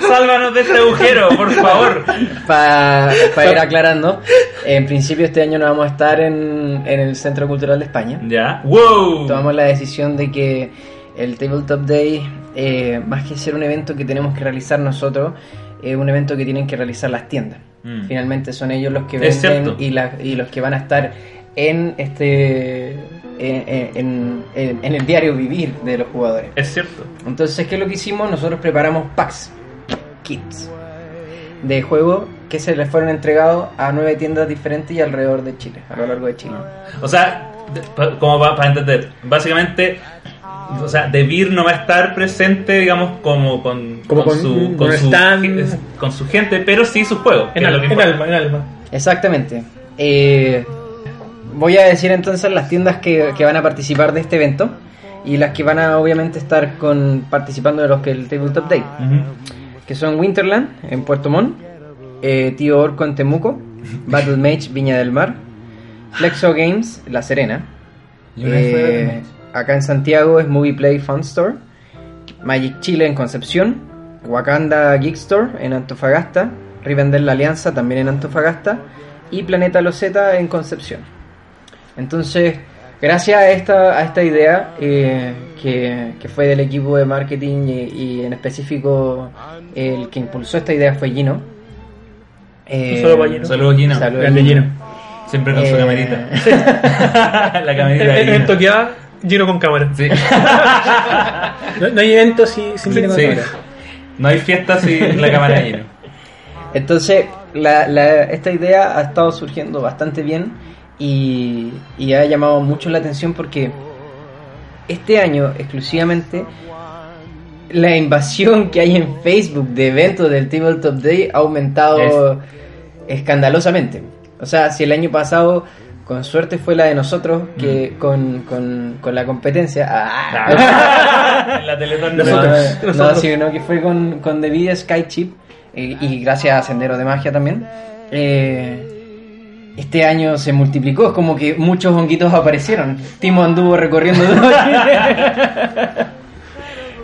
[SPEAKER 4] Sálvanos de este agujero, por favor.
[SPEAKER 3] para ir aclarando, en principio este año no vamos a estar en, en el Centro Cultural de España.
[SPEAKER 4] Ya. Wow.
[SPEAKER 3] Tomamos la decisión de que el Tabletop Day, eh, más que ser un evento que tenemos que realizar nosotros, es un evento que tienen que realizar las tiendas.
[SPEAKER 4] Mm.
[SPEAKER 3] Finalmente son ellos los que
[SPEAKER 4] Es
[SPEAKER 3] venden
[SPEAKER 4] cierto.
[SPEAKER 3] y, la- y los que van a estar en este en- en- en- en el diario vivir de los jugadores.
[SPEAKER 4] Es cierto.
[SPEAKER 3] Entonces, ¿qué es lo que hicimos? Nosotros preparamos packs, kits de juego que se les fueron entregados a nueve tiendas diferentes y alrededor de Chile, a lo largo de Chile.
[SPEAKER 4] O sea, de- pa- como para entender, básicamente, o sea, De Vir no va a estar presente, digamos, como con,
[SPEAKER 2] Como con-
[SPEAKER 4] su,
[SPEAKER 2] con
[SPEAKER 4] su,
[SPEAKER 2] stand.
[SPEAKER 4] gen- con su gente, pero sí sus juegos. que
[SPEAKER 1] En,
[SPEAKER 4] es lo
[SPEAKER 1] al-
[SPEAKER 4] que
[SPEAKER 1] en
[SPEAKER 4] importa.
[SPEAKER 1] alma, en alma.
[SPEAKER 3] Exactamente. Eh, voy a decir entonces las tiendas que, que van a participar de este evento y las que van a obviamente estar con participando de los que el Tabletop Day,
[SPEAKER 4] Ujú.
[SPEAKER 3] que son Winterland en Puerto Montt, eh, Tío Orco en Temuco, Battle Mage Viña del Mar, Flexo Games La Serena, Eh, acá en Santiago es Movie Play Fun Store, Magic Chile en Concepción, Wakanda Geek Store en Antofagasta, Rivendell La Alianza también en Antofagasta y Planeta Loseta en Concepción. Entonces, gracias a esta, a esta idea eh, que, que fue del equipo de marketing y, y en específico el que impulsó esta idea fue Gino. Eh,
[SPEAKER 2] Un saludo para Gino.
[SPEAKER 4] Saludos, Gino.
[SPEAKER 3] saludo,
[SPEAKER 2] Grande
[SPEAKER 3] Gino.
[SPEAKER 2] lleno.
[SPEAKER 4] Siempre con su
[SPEAKER 3] Eh,
[SPEAKER 4] camarita. la
[SPEAKER 1] En,
[SPEAKER 4] camarita de
[SPEAKER 1] en, en
[SPEAKER 4] Gino.
[SPEAKER 1] Tokiada, lleno con cámara.
[SPEAKER 4] Sí.
[SPEAKER 2] No, no hay evento si- sin
[SPEAKER 4] Sí.
[SPEAKER 2] cinema
[SPEAKER 4] No hay fiesta sin la cámara de Gino.
[SPEAKER 3] Entonces, la- la- esta idea ha estado surgiendo bastante bien y, y ha llamado mucho la atención porque este año exclusivamente la invasión que hay en Facebook de eventos del Tabletop Day ha aumentado escandalosamente. O sea, si el año pasado con suerte fue la de nosotros que con, con- con la competencia... ¡Ah!
[SPEAKER 4] En la Teletón no.
[SPEAKER 3] No, no, sino que fue con, con The Video Sky Chip eh, y gracias a Sendero de Magia también. eh, este año se multiplicó, es como que muchos honguitos aparecieron. Timo anduvo recorriendo todo Chile.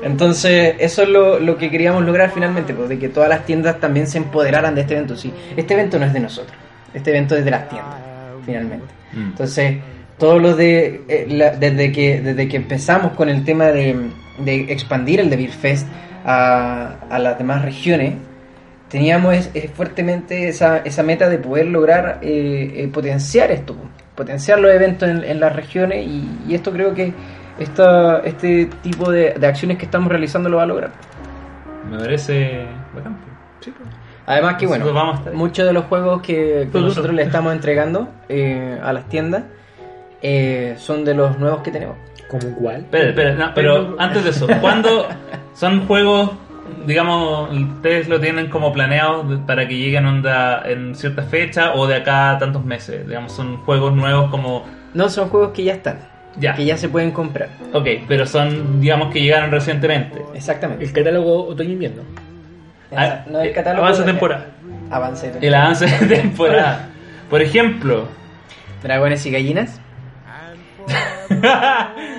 [SPEAKER 3] Entonces, eso es lo, lo que queríamos lograr finalmente, pues, de que todas las tiendas también se empoderaran de este evento. Sí, este evento no es de nosotros, este evento es de las tiendas, finalmente.
[SPEAKER 4] Mm.
[SPEAKER 3] Entonces, todos los de. eh, la- desde, que, desde que empezamos con el tema de, de expandir el de Beer Fest a, a las demás regiones, teníamos es- es fuertemente esa, esa meta de poder lograr eh, eh, potenciar esto, potenciar los eventos en, en las regiones, y, y esto creo que esta, este tipo de, de acciones que estamos realizando lo va a lograr.
[SPEAKER 4] Me parece bacán.
[SPEAKER 3] Además que bueno,
[SPEAKER 4] Nosotros vamos a estar ahí.
[SPEAKER 3] muchos de los juegos que, que
[SPEAKER 4] Nosotros.
[SPEAKER 3] nosotros le estamos entregando eh, a las tiendas eh, son de los nuevos que tenemos.
[SPEAKER 2] ¿Como cuál?
[SPEAKER 4] Espera, espera, no, pero antes de eso, ¿cuándo son juegos, digamos, ustedes lo tienen como planeados de- para que lleguen onda en cierta fecha o de acá a tantos meses? Digamos, son juegos nuevos como...
[SPEAKER 3] No, son juegos que ya están,
[SPEAKER 4] Ya,
[SPEAKER 3] que ya se pueden comprar.
[SPEAKER 4] ok, pero son, digamos, que llegaron recientemente.
[SPEAKER 3] Exactamente.
[SPEAKER 2] El catálogo otoño-invierno.
[SPEAKER 4] Ah,
[SPEAKER 3] no es catálogo.
[SPEAKER 1] Avanza
[SPEAKER 3] de-
[SPEAKER 1] temporada.
[SPEAKER 3] Avance de
[SPEAKER 4] El
[SPEAKER 3] temporada.
[SPEAKER 4] avance de temporada. Por ejemplo,
[SPEAKER 3] Dragones y gallinas.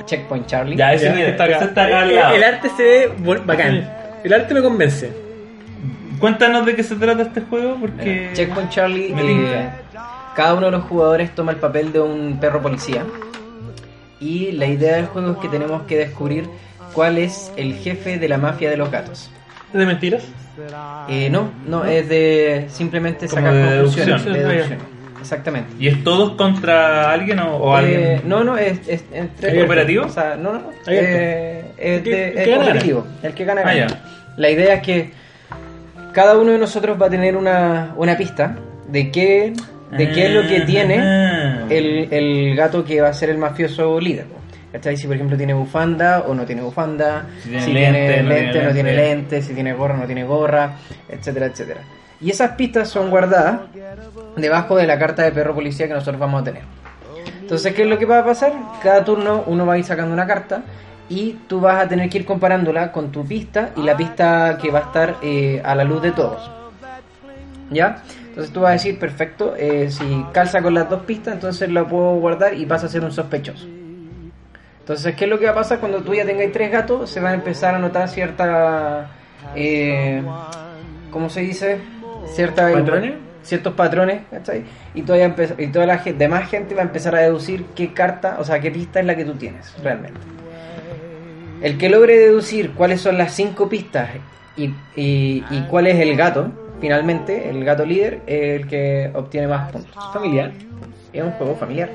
[SPEAKER 3] Checkpoint Charlie.
[SPEAKER 4] ya, ese
[SPEAKER 2] Ya,
[SPEAKER 4] mira,
[SPEAKER 2] está acá.
[SPEAKER 4] ese está acá al
[SPEAKER 3] Eh,
[SPEAKER 2] El-
[SPEAKER 4] lado.
[SPEAKER 2] El arte se ve bo- bacán. El arte me convence.
[SPEAKER 4] Cuéntanos de qué se trata este juego porque...
[SPEAKER 3] Mira, Checkpoint Charlie.
[SPEAKER 4] Me
[SPEAKER 3] eh,
[SPEAKER 4] tinca.
[SPEAKER 3] cada uno de los jugadores toma el papel de un perro policía. Y la idea del juego es que tenemos que descubrir cuál es el jefe de la mafia de los gatos.
[SPEAKER 1] ¿Es de mentiras?
[SPEAKER 3] Eh, no, no, es de simplemente
[SPEAKER 4] Como
[SPEAKER 3] sacar
[SPEAKER 4] de
[SPEAKER 3] conclusiones.
[SPEAKER 4] deducción.
[SPEAKER 3] de
[SPEAKER 1] Ah, ya.
[SPEAKER 3] deducciones. Exactamente.
[SPEAKER 4] ¿Y es todos contra alguien o, o alguien?
[SPEAKER 3] Eh, no, no, es, es entre
[SPEAKER 4] ¿Es cooperativo?
[SPEAKER 3] O sea, no, no, no.
[SPEAKER 2] Abierto.
[SPEAKER 3] Eh, es
[SPEAKER 2] El que-
[SPEAKER 3] de-
[SPEAKER 2] el
[SPEAKER 3] es
[SPEAKER 2] que gana,
[SPEAKER 3] cooperativo. El que gana.
[SPEAKER 4] Ah,
[SPEAKER 3] gana.
[SPEAKER 4] ya.
[SPEAKER 3] La idea es que cada uno de nosotros va a tener una, una pista de qué, de qué es lo que tiene
[SPEAKER 4] Ah.
[SPEAKER 3] el, el gato que va a ser el mafioso líder. ¿Cachai? Si por ejemplo tiene bufanda o no tiene bufanda,
[SPEAKER 4] Si tiene lente, no tiene
[SPEAKER 3] no tiene
[SPEAKER 4] lente.
[SPEAKER 3] lente, si tiene gorra, no tiene gorra, etcétera, etcétera. Y esas pistas son guardadas debajo de la carta de perro policía que nosotros vamos a tener. Entonces, ¿qué es lo que va a pasar? Cada turno uno va a ir sacando una carta y tú vas a tener que ir comparándola con tu pista y la pista que va a estar eh, a la luz de todos. ¿Ya? Entonces tú vas a decir, perfecto, eh, si calza con las dos pistas, entonces la puedo guardar y vas a ser un sospechoso. Entonces, ¿qué es lo que va a pasar cuando tú ya tengas tres gatos? Se van a empezar a notar cierta... Eh, ¿Cómo se dice? Cierta,
[SPEAKER 2] ¿Patrones?
[SPEAKER 3] Ciertos patrones, ¿cachai? Y, toda y toda la gen- demás gente va a empezar a deducir qué carta, o sea, qué pista es la que tú tienes realmente. El que logre deducir cuáles son las cinco pistas y, y- y cuál es el gato, finalmente, el gato líder, es el que obtiene más puntos.
[SPEAKER 2] Familiar.
[SPEAKER 3] Es un juego familiar.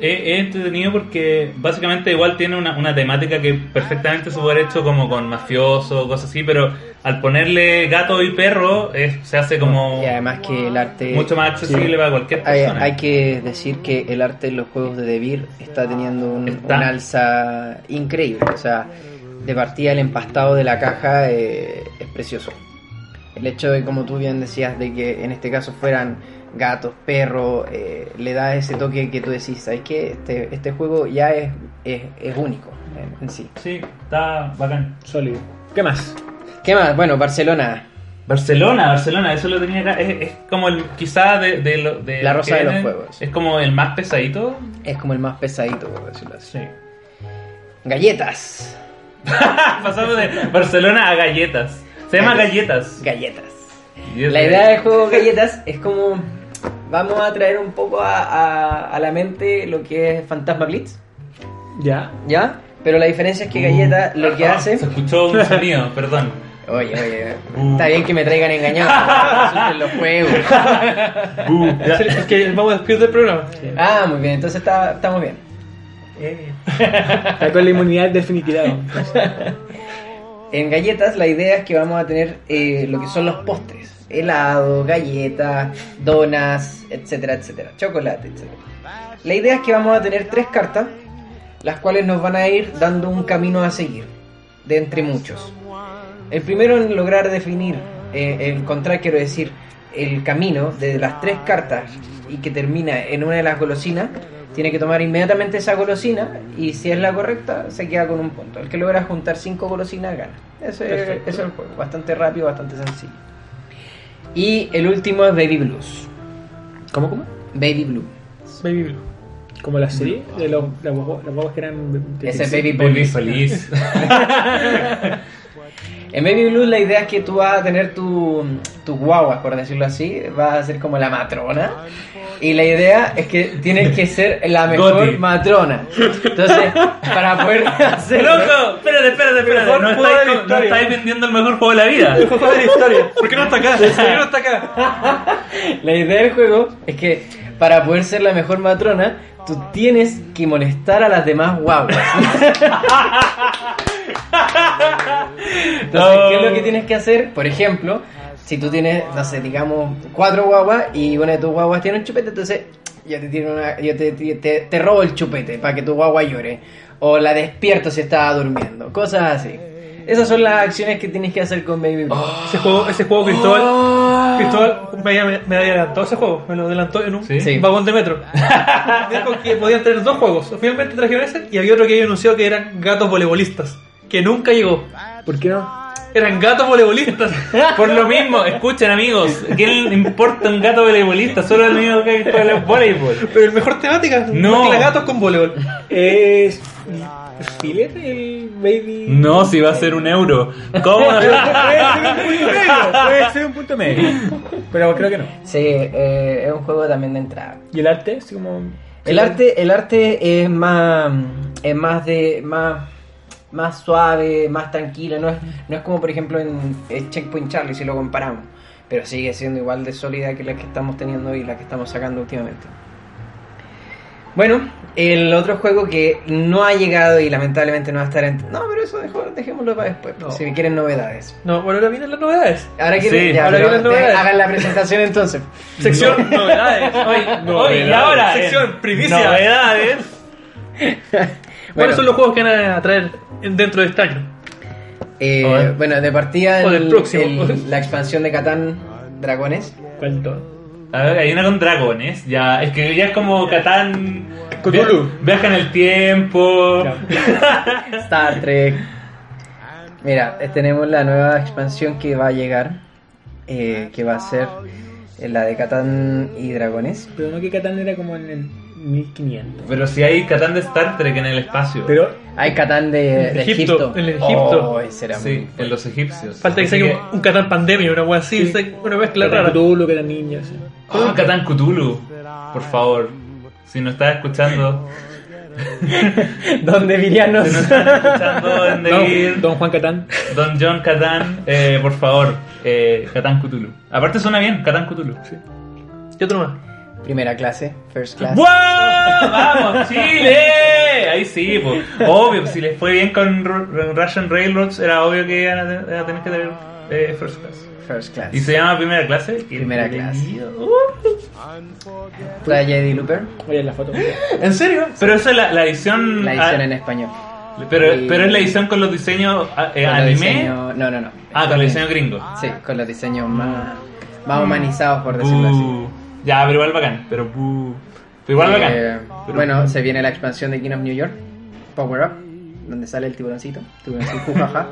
[SPEAKER 4] Es, es entretenido porque básicamente igual tiene una, una temática que perfectamente se puede haber hecho como con mafioso o cosas así, pero al ponerle gato y perro es- se hace como
[SPEAKER 3] Y además que el arte...
[SPEAKER 4] mucho más accesible para cualquier
[SPEAKER 3] Hay,
[SPEAKER 4] persona.
[SPEAKER 3] Ah, hay que decir que el arte en los juegos de Devir está teniendo un,
[SPEAKER 4] Está.
[SPEAKER 3] un alza increíble. O sea, de partida el empastado de la caja eh, es precioso. El hecho de, como tú bien decías, de que en este caso fueran gatos, perros, eh, le da ese toque que tú decís, ¿sabes qué? Este, este juego ya es, es, es único en, en sí.
[SPEAKER 4] Sí, está bacán.
[SPEAKER 2] Sólido. ¿Qué más?
[SPEAKER 3] ¿Qué más? Bueno, Barcelona.
[SPEAKER 4] Barcelona, Barcelona, eso lo tenía acá. Es, es como el, quizá de, de, lo- de
[SPEAKER 3] La rosa de los
[SPEAKER 4] que-
[SPEAKER 3] juegos.
[SPEAKER 4] Es como el más pesadito.
[SPEAKER 3] Es como el más pesadito, por decirlo así. Galletas.
[SPEAKER 4] Ah, Pasamos de Barcelona a galletas. Se llama galletas.
[SPEAKER 3] Galletas.
[SPEAKER 4] Y es
[SPEAKER 3] La
[SPEAKER 4] de-
[SPEAKER 3] idea del juego Galletas es como. Vamos a traer un poco a, a- a la mente lo que es Fantasma Blitz,
[SPEAKER 2] Ya.
[SPEAKER 3] ¿ya? Pero la diferencia es que Galleta lo que
[SPEAKER 4] Ah,
[SPEAKER 3] hace.
[SPEAKER 4] Se escuchó un sonido, perdón.
[SPEAKER 3] Oye, oye,
[SPEAKER 4] Uh.
[SPEAKER 3] está bien que me traigan engañado. Resulta en los juegos.
[SPEAKER 1] Es el- es que vamos a despedir del programa.
[SPEAKER 3] Ah, muy bien, entonces está- estamos bien.
[SPEAKER 2] Está con la inmunidad definitiva.
[SPEAKER 3] En galletas la idea es que vamos a tener eh, lo que son los postres. Helado, galletas, donas, etcétera, etcétera. Chocolate, etcétera. La idea es que vamos a tener tres cartas, las cuales nos van a ir dando un camino a seguir, de entre muchos. El primero en lograr definir, eh, el contrario quiero decir, el camino de las tres cartas y que termina en una de las golosinas, tiene que tomar inmediatamente esa golosina y si es la correcta se queda con un punto. El que logra juntar cinco golosinas gana. Eso es, eso es el juego, bastante rápido, bastante sencillo. Y el último es Baby Blues.
[SPEAKER 2] ¿Cómo, cómo?
[SPEAKER 3] Baby Blue.
[SPEAKER 2] Baby Blue. Como la serie de los, las guaguas las guaguas que eran... de-
[SPEAKER 3] Ese
[SPEAKER 2] de-
[SPEAKER 3] Baby
[SPEAKER 4] Baby
[SPEAKER 3] Blue.
[SPEAKER 4] feliz.
[SPEAKER 3] En Baby Blue la idea es que tú vas a tener tu, tu guagua, por decirlo así, vas a ser como la matrona. Y la idea es que tienes que ser la mejor
[SPEAKER 4] Goti.
[SPEAKER 3] matrona. Entonces, para poder hacerlo...
[SPEAKER 4] ¡Loco! Espérate, espérate, espérate.
[SPEAKER 1] Mejor
[SPEAKER 4] No
[SPEAKER 1] juego de la
[SPEAKER 4] estáis, no
[SPEAKER 1] historia.
[SPEAKER 4] estáis vendiendo el mejor juego de la vida.
[SPEAKER 1] Joder, historia. ¿Por qué no está acá? ¿Por qué no está acá?
[SPEAKER 3] La idea del juego es que para poder ser la mejor matrona, tú tienes que molestar a las demás guaguas. Entonces, ¿qué es lo que tienes que hacer? Por ejemplo, si tú tienes, no sé, digamos, cuatro guaguas y una de tus guaguas tiene un chupete, entonces yo te, tiro una- yo te, te- te- te robo el chupete para que tu guagua llore. O la despierto si estaba durmiendo. Cosas así. Esas son las acciones que tienes que hacer con Baby Blue.
[SPEAKER 1] Ese juego, ese juego Cristóbal, Cristóbal me, me, me adelantó ese juego, me lo adelantó en un
[SPEAKER 4] ¿Sí?
[SPEAKER 3] Sí.
[SPEAKER 1] vagón de metro. Me Dijo que podían tener dos juegos. Finalmente trajeron ese y había otro que había anunciado que eran gatos voleibolistas, que nunca llegó.
[SPEAKER 2] ¿Por qué no?
[SPEAKER 1] Eran gatos voleibolistas.
[SPEAKER 4] Por lo mismo, escuchen amigos, ¿qué le importa un gato voleibolista? Solo el mismo que juega el voleibol.
[SPEAKER 1] Pero el mejor temática,
[SPEAKER 4] No.
[SPEAKER 1] mezcla gatos con voleibol.
[SPEAKER 2] Es... ¿Filler el Baby...?
[SPEAKER 4] No, si va a ser un euro. ¿Cómo?
[SPEAKER 2] Puede ser un punto medio. Puede ser un punto medio. Pero creo que no.
[SPEAKER 3] Sí, eh, es un juego también de entrada.
[SPEAKER 2] ¿Y el arte? Así como...
[SPEAKER 3] El arte, el arte es más, es más de, más, más suave, más tranquilo. No es, no es como por ejemplo en eh, Checkpoint Charlie si lo comparamos, pero sigue siendo igual de sólida que la que estamos teniendo y la que estamos sacando últimamente. Bueno, el otro juego que no ha llegado y lamentablemente no va a estar en. No, pero eso dejo- dejémoslo para después.
[SPEAKER 1] No.
[SPEAKER 3] Si quieren novedades.
[SPEAKER 1] No, bueno, ahora vienen las novedades.
[SPEAKER 3] Ahora que
[SPEAKER 4] Sí,
[SPEAKER 3] ya,
[SPEAKER 1] ahora
[SPEAKER 3] pero
[SPEAKER 1] vienen
[SPEAKER 3] de-
[SPEAKER 1] novedades.
[SPEAKER 3] hagan la presentación entonces.
[SPEAKER 1] Sección novedades.
[SPEAKER 4] Hoy, hoy y ahora.
[SPEAKER 1] Sección
[SPEAKER 4] en
[SPEAKER 1] primicia.
[SPEAKER 4] Novedades.
[SPEAKER 1] ¿Cuáles son los juegos que van a traer en- dentro de este año?
[SPEAKER 3] Eh,
[SPEAKER 1] A ver.
[SPEAKER 3] bueno, de partida
[SPEAKER 1] O del
[SPEAKER 3] el-
[SPEAKER 1] próximo.
[SPEAKER 3] el- la expansión de Catán Dragones.
[SPEAKER 1] Cuento.
[SPEAKER 4] A ver, hay una con dragones, ya. Es que ya es como Catán.
[SPEAKER 2] Cthulhu.
[SPEAKER 4] Via- Viaja en el tiempo.
[SPEAKER 3] Star Trek. Mira, eh, tenemos la nueva expansión que va a llegar, eh, que va a ser eh, la de Catán y Dragones.
[SPEAKER 2] Pero no que Catán era como en el 1500.
[SPEAKER 4] Pero si hay Catán de Star Trek en el espacio.
[SPEAKER 2] Pero
[SPEAKER 3] Hay Catán de, de
[SPEAKER 1] Egipto,
[SPEAKER 3] Egipto.
[SPEAKER 1] el de Egipto.
[SPEAKER 3] Ay, será
[SPEAKER 4] Sí, en los egipcios.
[SPEAKER 1] Falta que
[SPEAKER 4] Así
[SPEAKER 1] salga un, un Catán Pandemia, una wea así, se- una mezcla rara.
[SPEAKER 2] tú lo que eran niños. sí.
[SPEAKER 4] Oh, Catán Cthulhu. Por favor. Si nos estás escuchando,
[SPEAKER 3] muy- Donde Virianos.
[SPEAKER 4] si nos estás escuchando en The Gear,
[SPEAKER 2] Don, Don Juan Catán.
[SPEAKER 4] Don John Catán, eh, por favor, eh, Catán Cthulhu. Aparte suena bien, Catán Cthulhu.
[SPEAKER 1] ¿Qué otro más?
[SPEAKER 3] Primera clase, first class.
[SPEAKER 4] ¡Wow! ¡Vamos, Chile! Ahí sí, pues. Obvio, si les fue bien con Ru- Russian Railroads, era obvio que iban a te- iban a tener que tener eh, first class.
[SPEAKER 3] First class.
[SPEAKER 4] ¿Y se llama primera clase? Qué
[SPEAKER 3] Primera
[SPEAKER 4] entretenido.
[SPEAKER 3] La Jedi Looper.
[SPEAKER 2] Oye, la foto.
[SPEAKER 4] Uh, ¿En serio? Pero esa es la, la edición.
[SPEAKER 3] La edición
[SPEAKER 4] ah,
[SPEAKER 3] en español.
[SPEAKER 4] pero,
[SPEAKER 3] y-
[SPEAKER 4] pero es la edición con los diseños ah, eh,
[SPEAKER 3] Con los
[SPEAKER 4] anime.
[SPEAKER 3] diseños- No, no, no.
[SPEAKER 4] Ah, con el diseño gringo.
[SPEAKER 3] Sí, con los diseños más, más humanizados, por decirlo así.
[SPEAKER 4] Buh. Uh. Ya, pero igual bacán. Pero, buh. pero igual bacán.
[SPEAKER 3] Eh,
[SPEAKER 4] Pero-
[SPEAKER 3] Bueno, se viene la expansión de King of New York, Power Up, donde sale el tiburoncito. Tiburoncito, jujaja.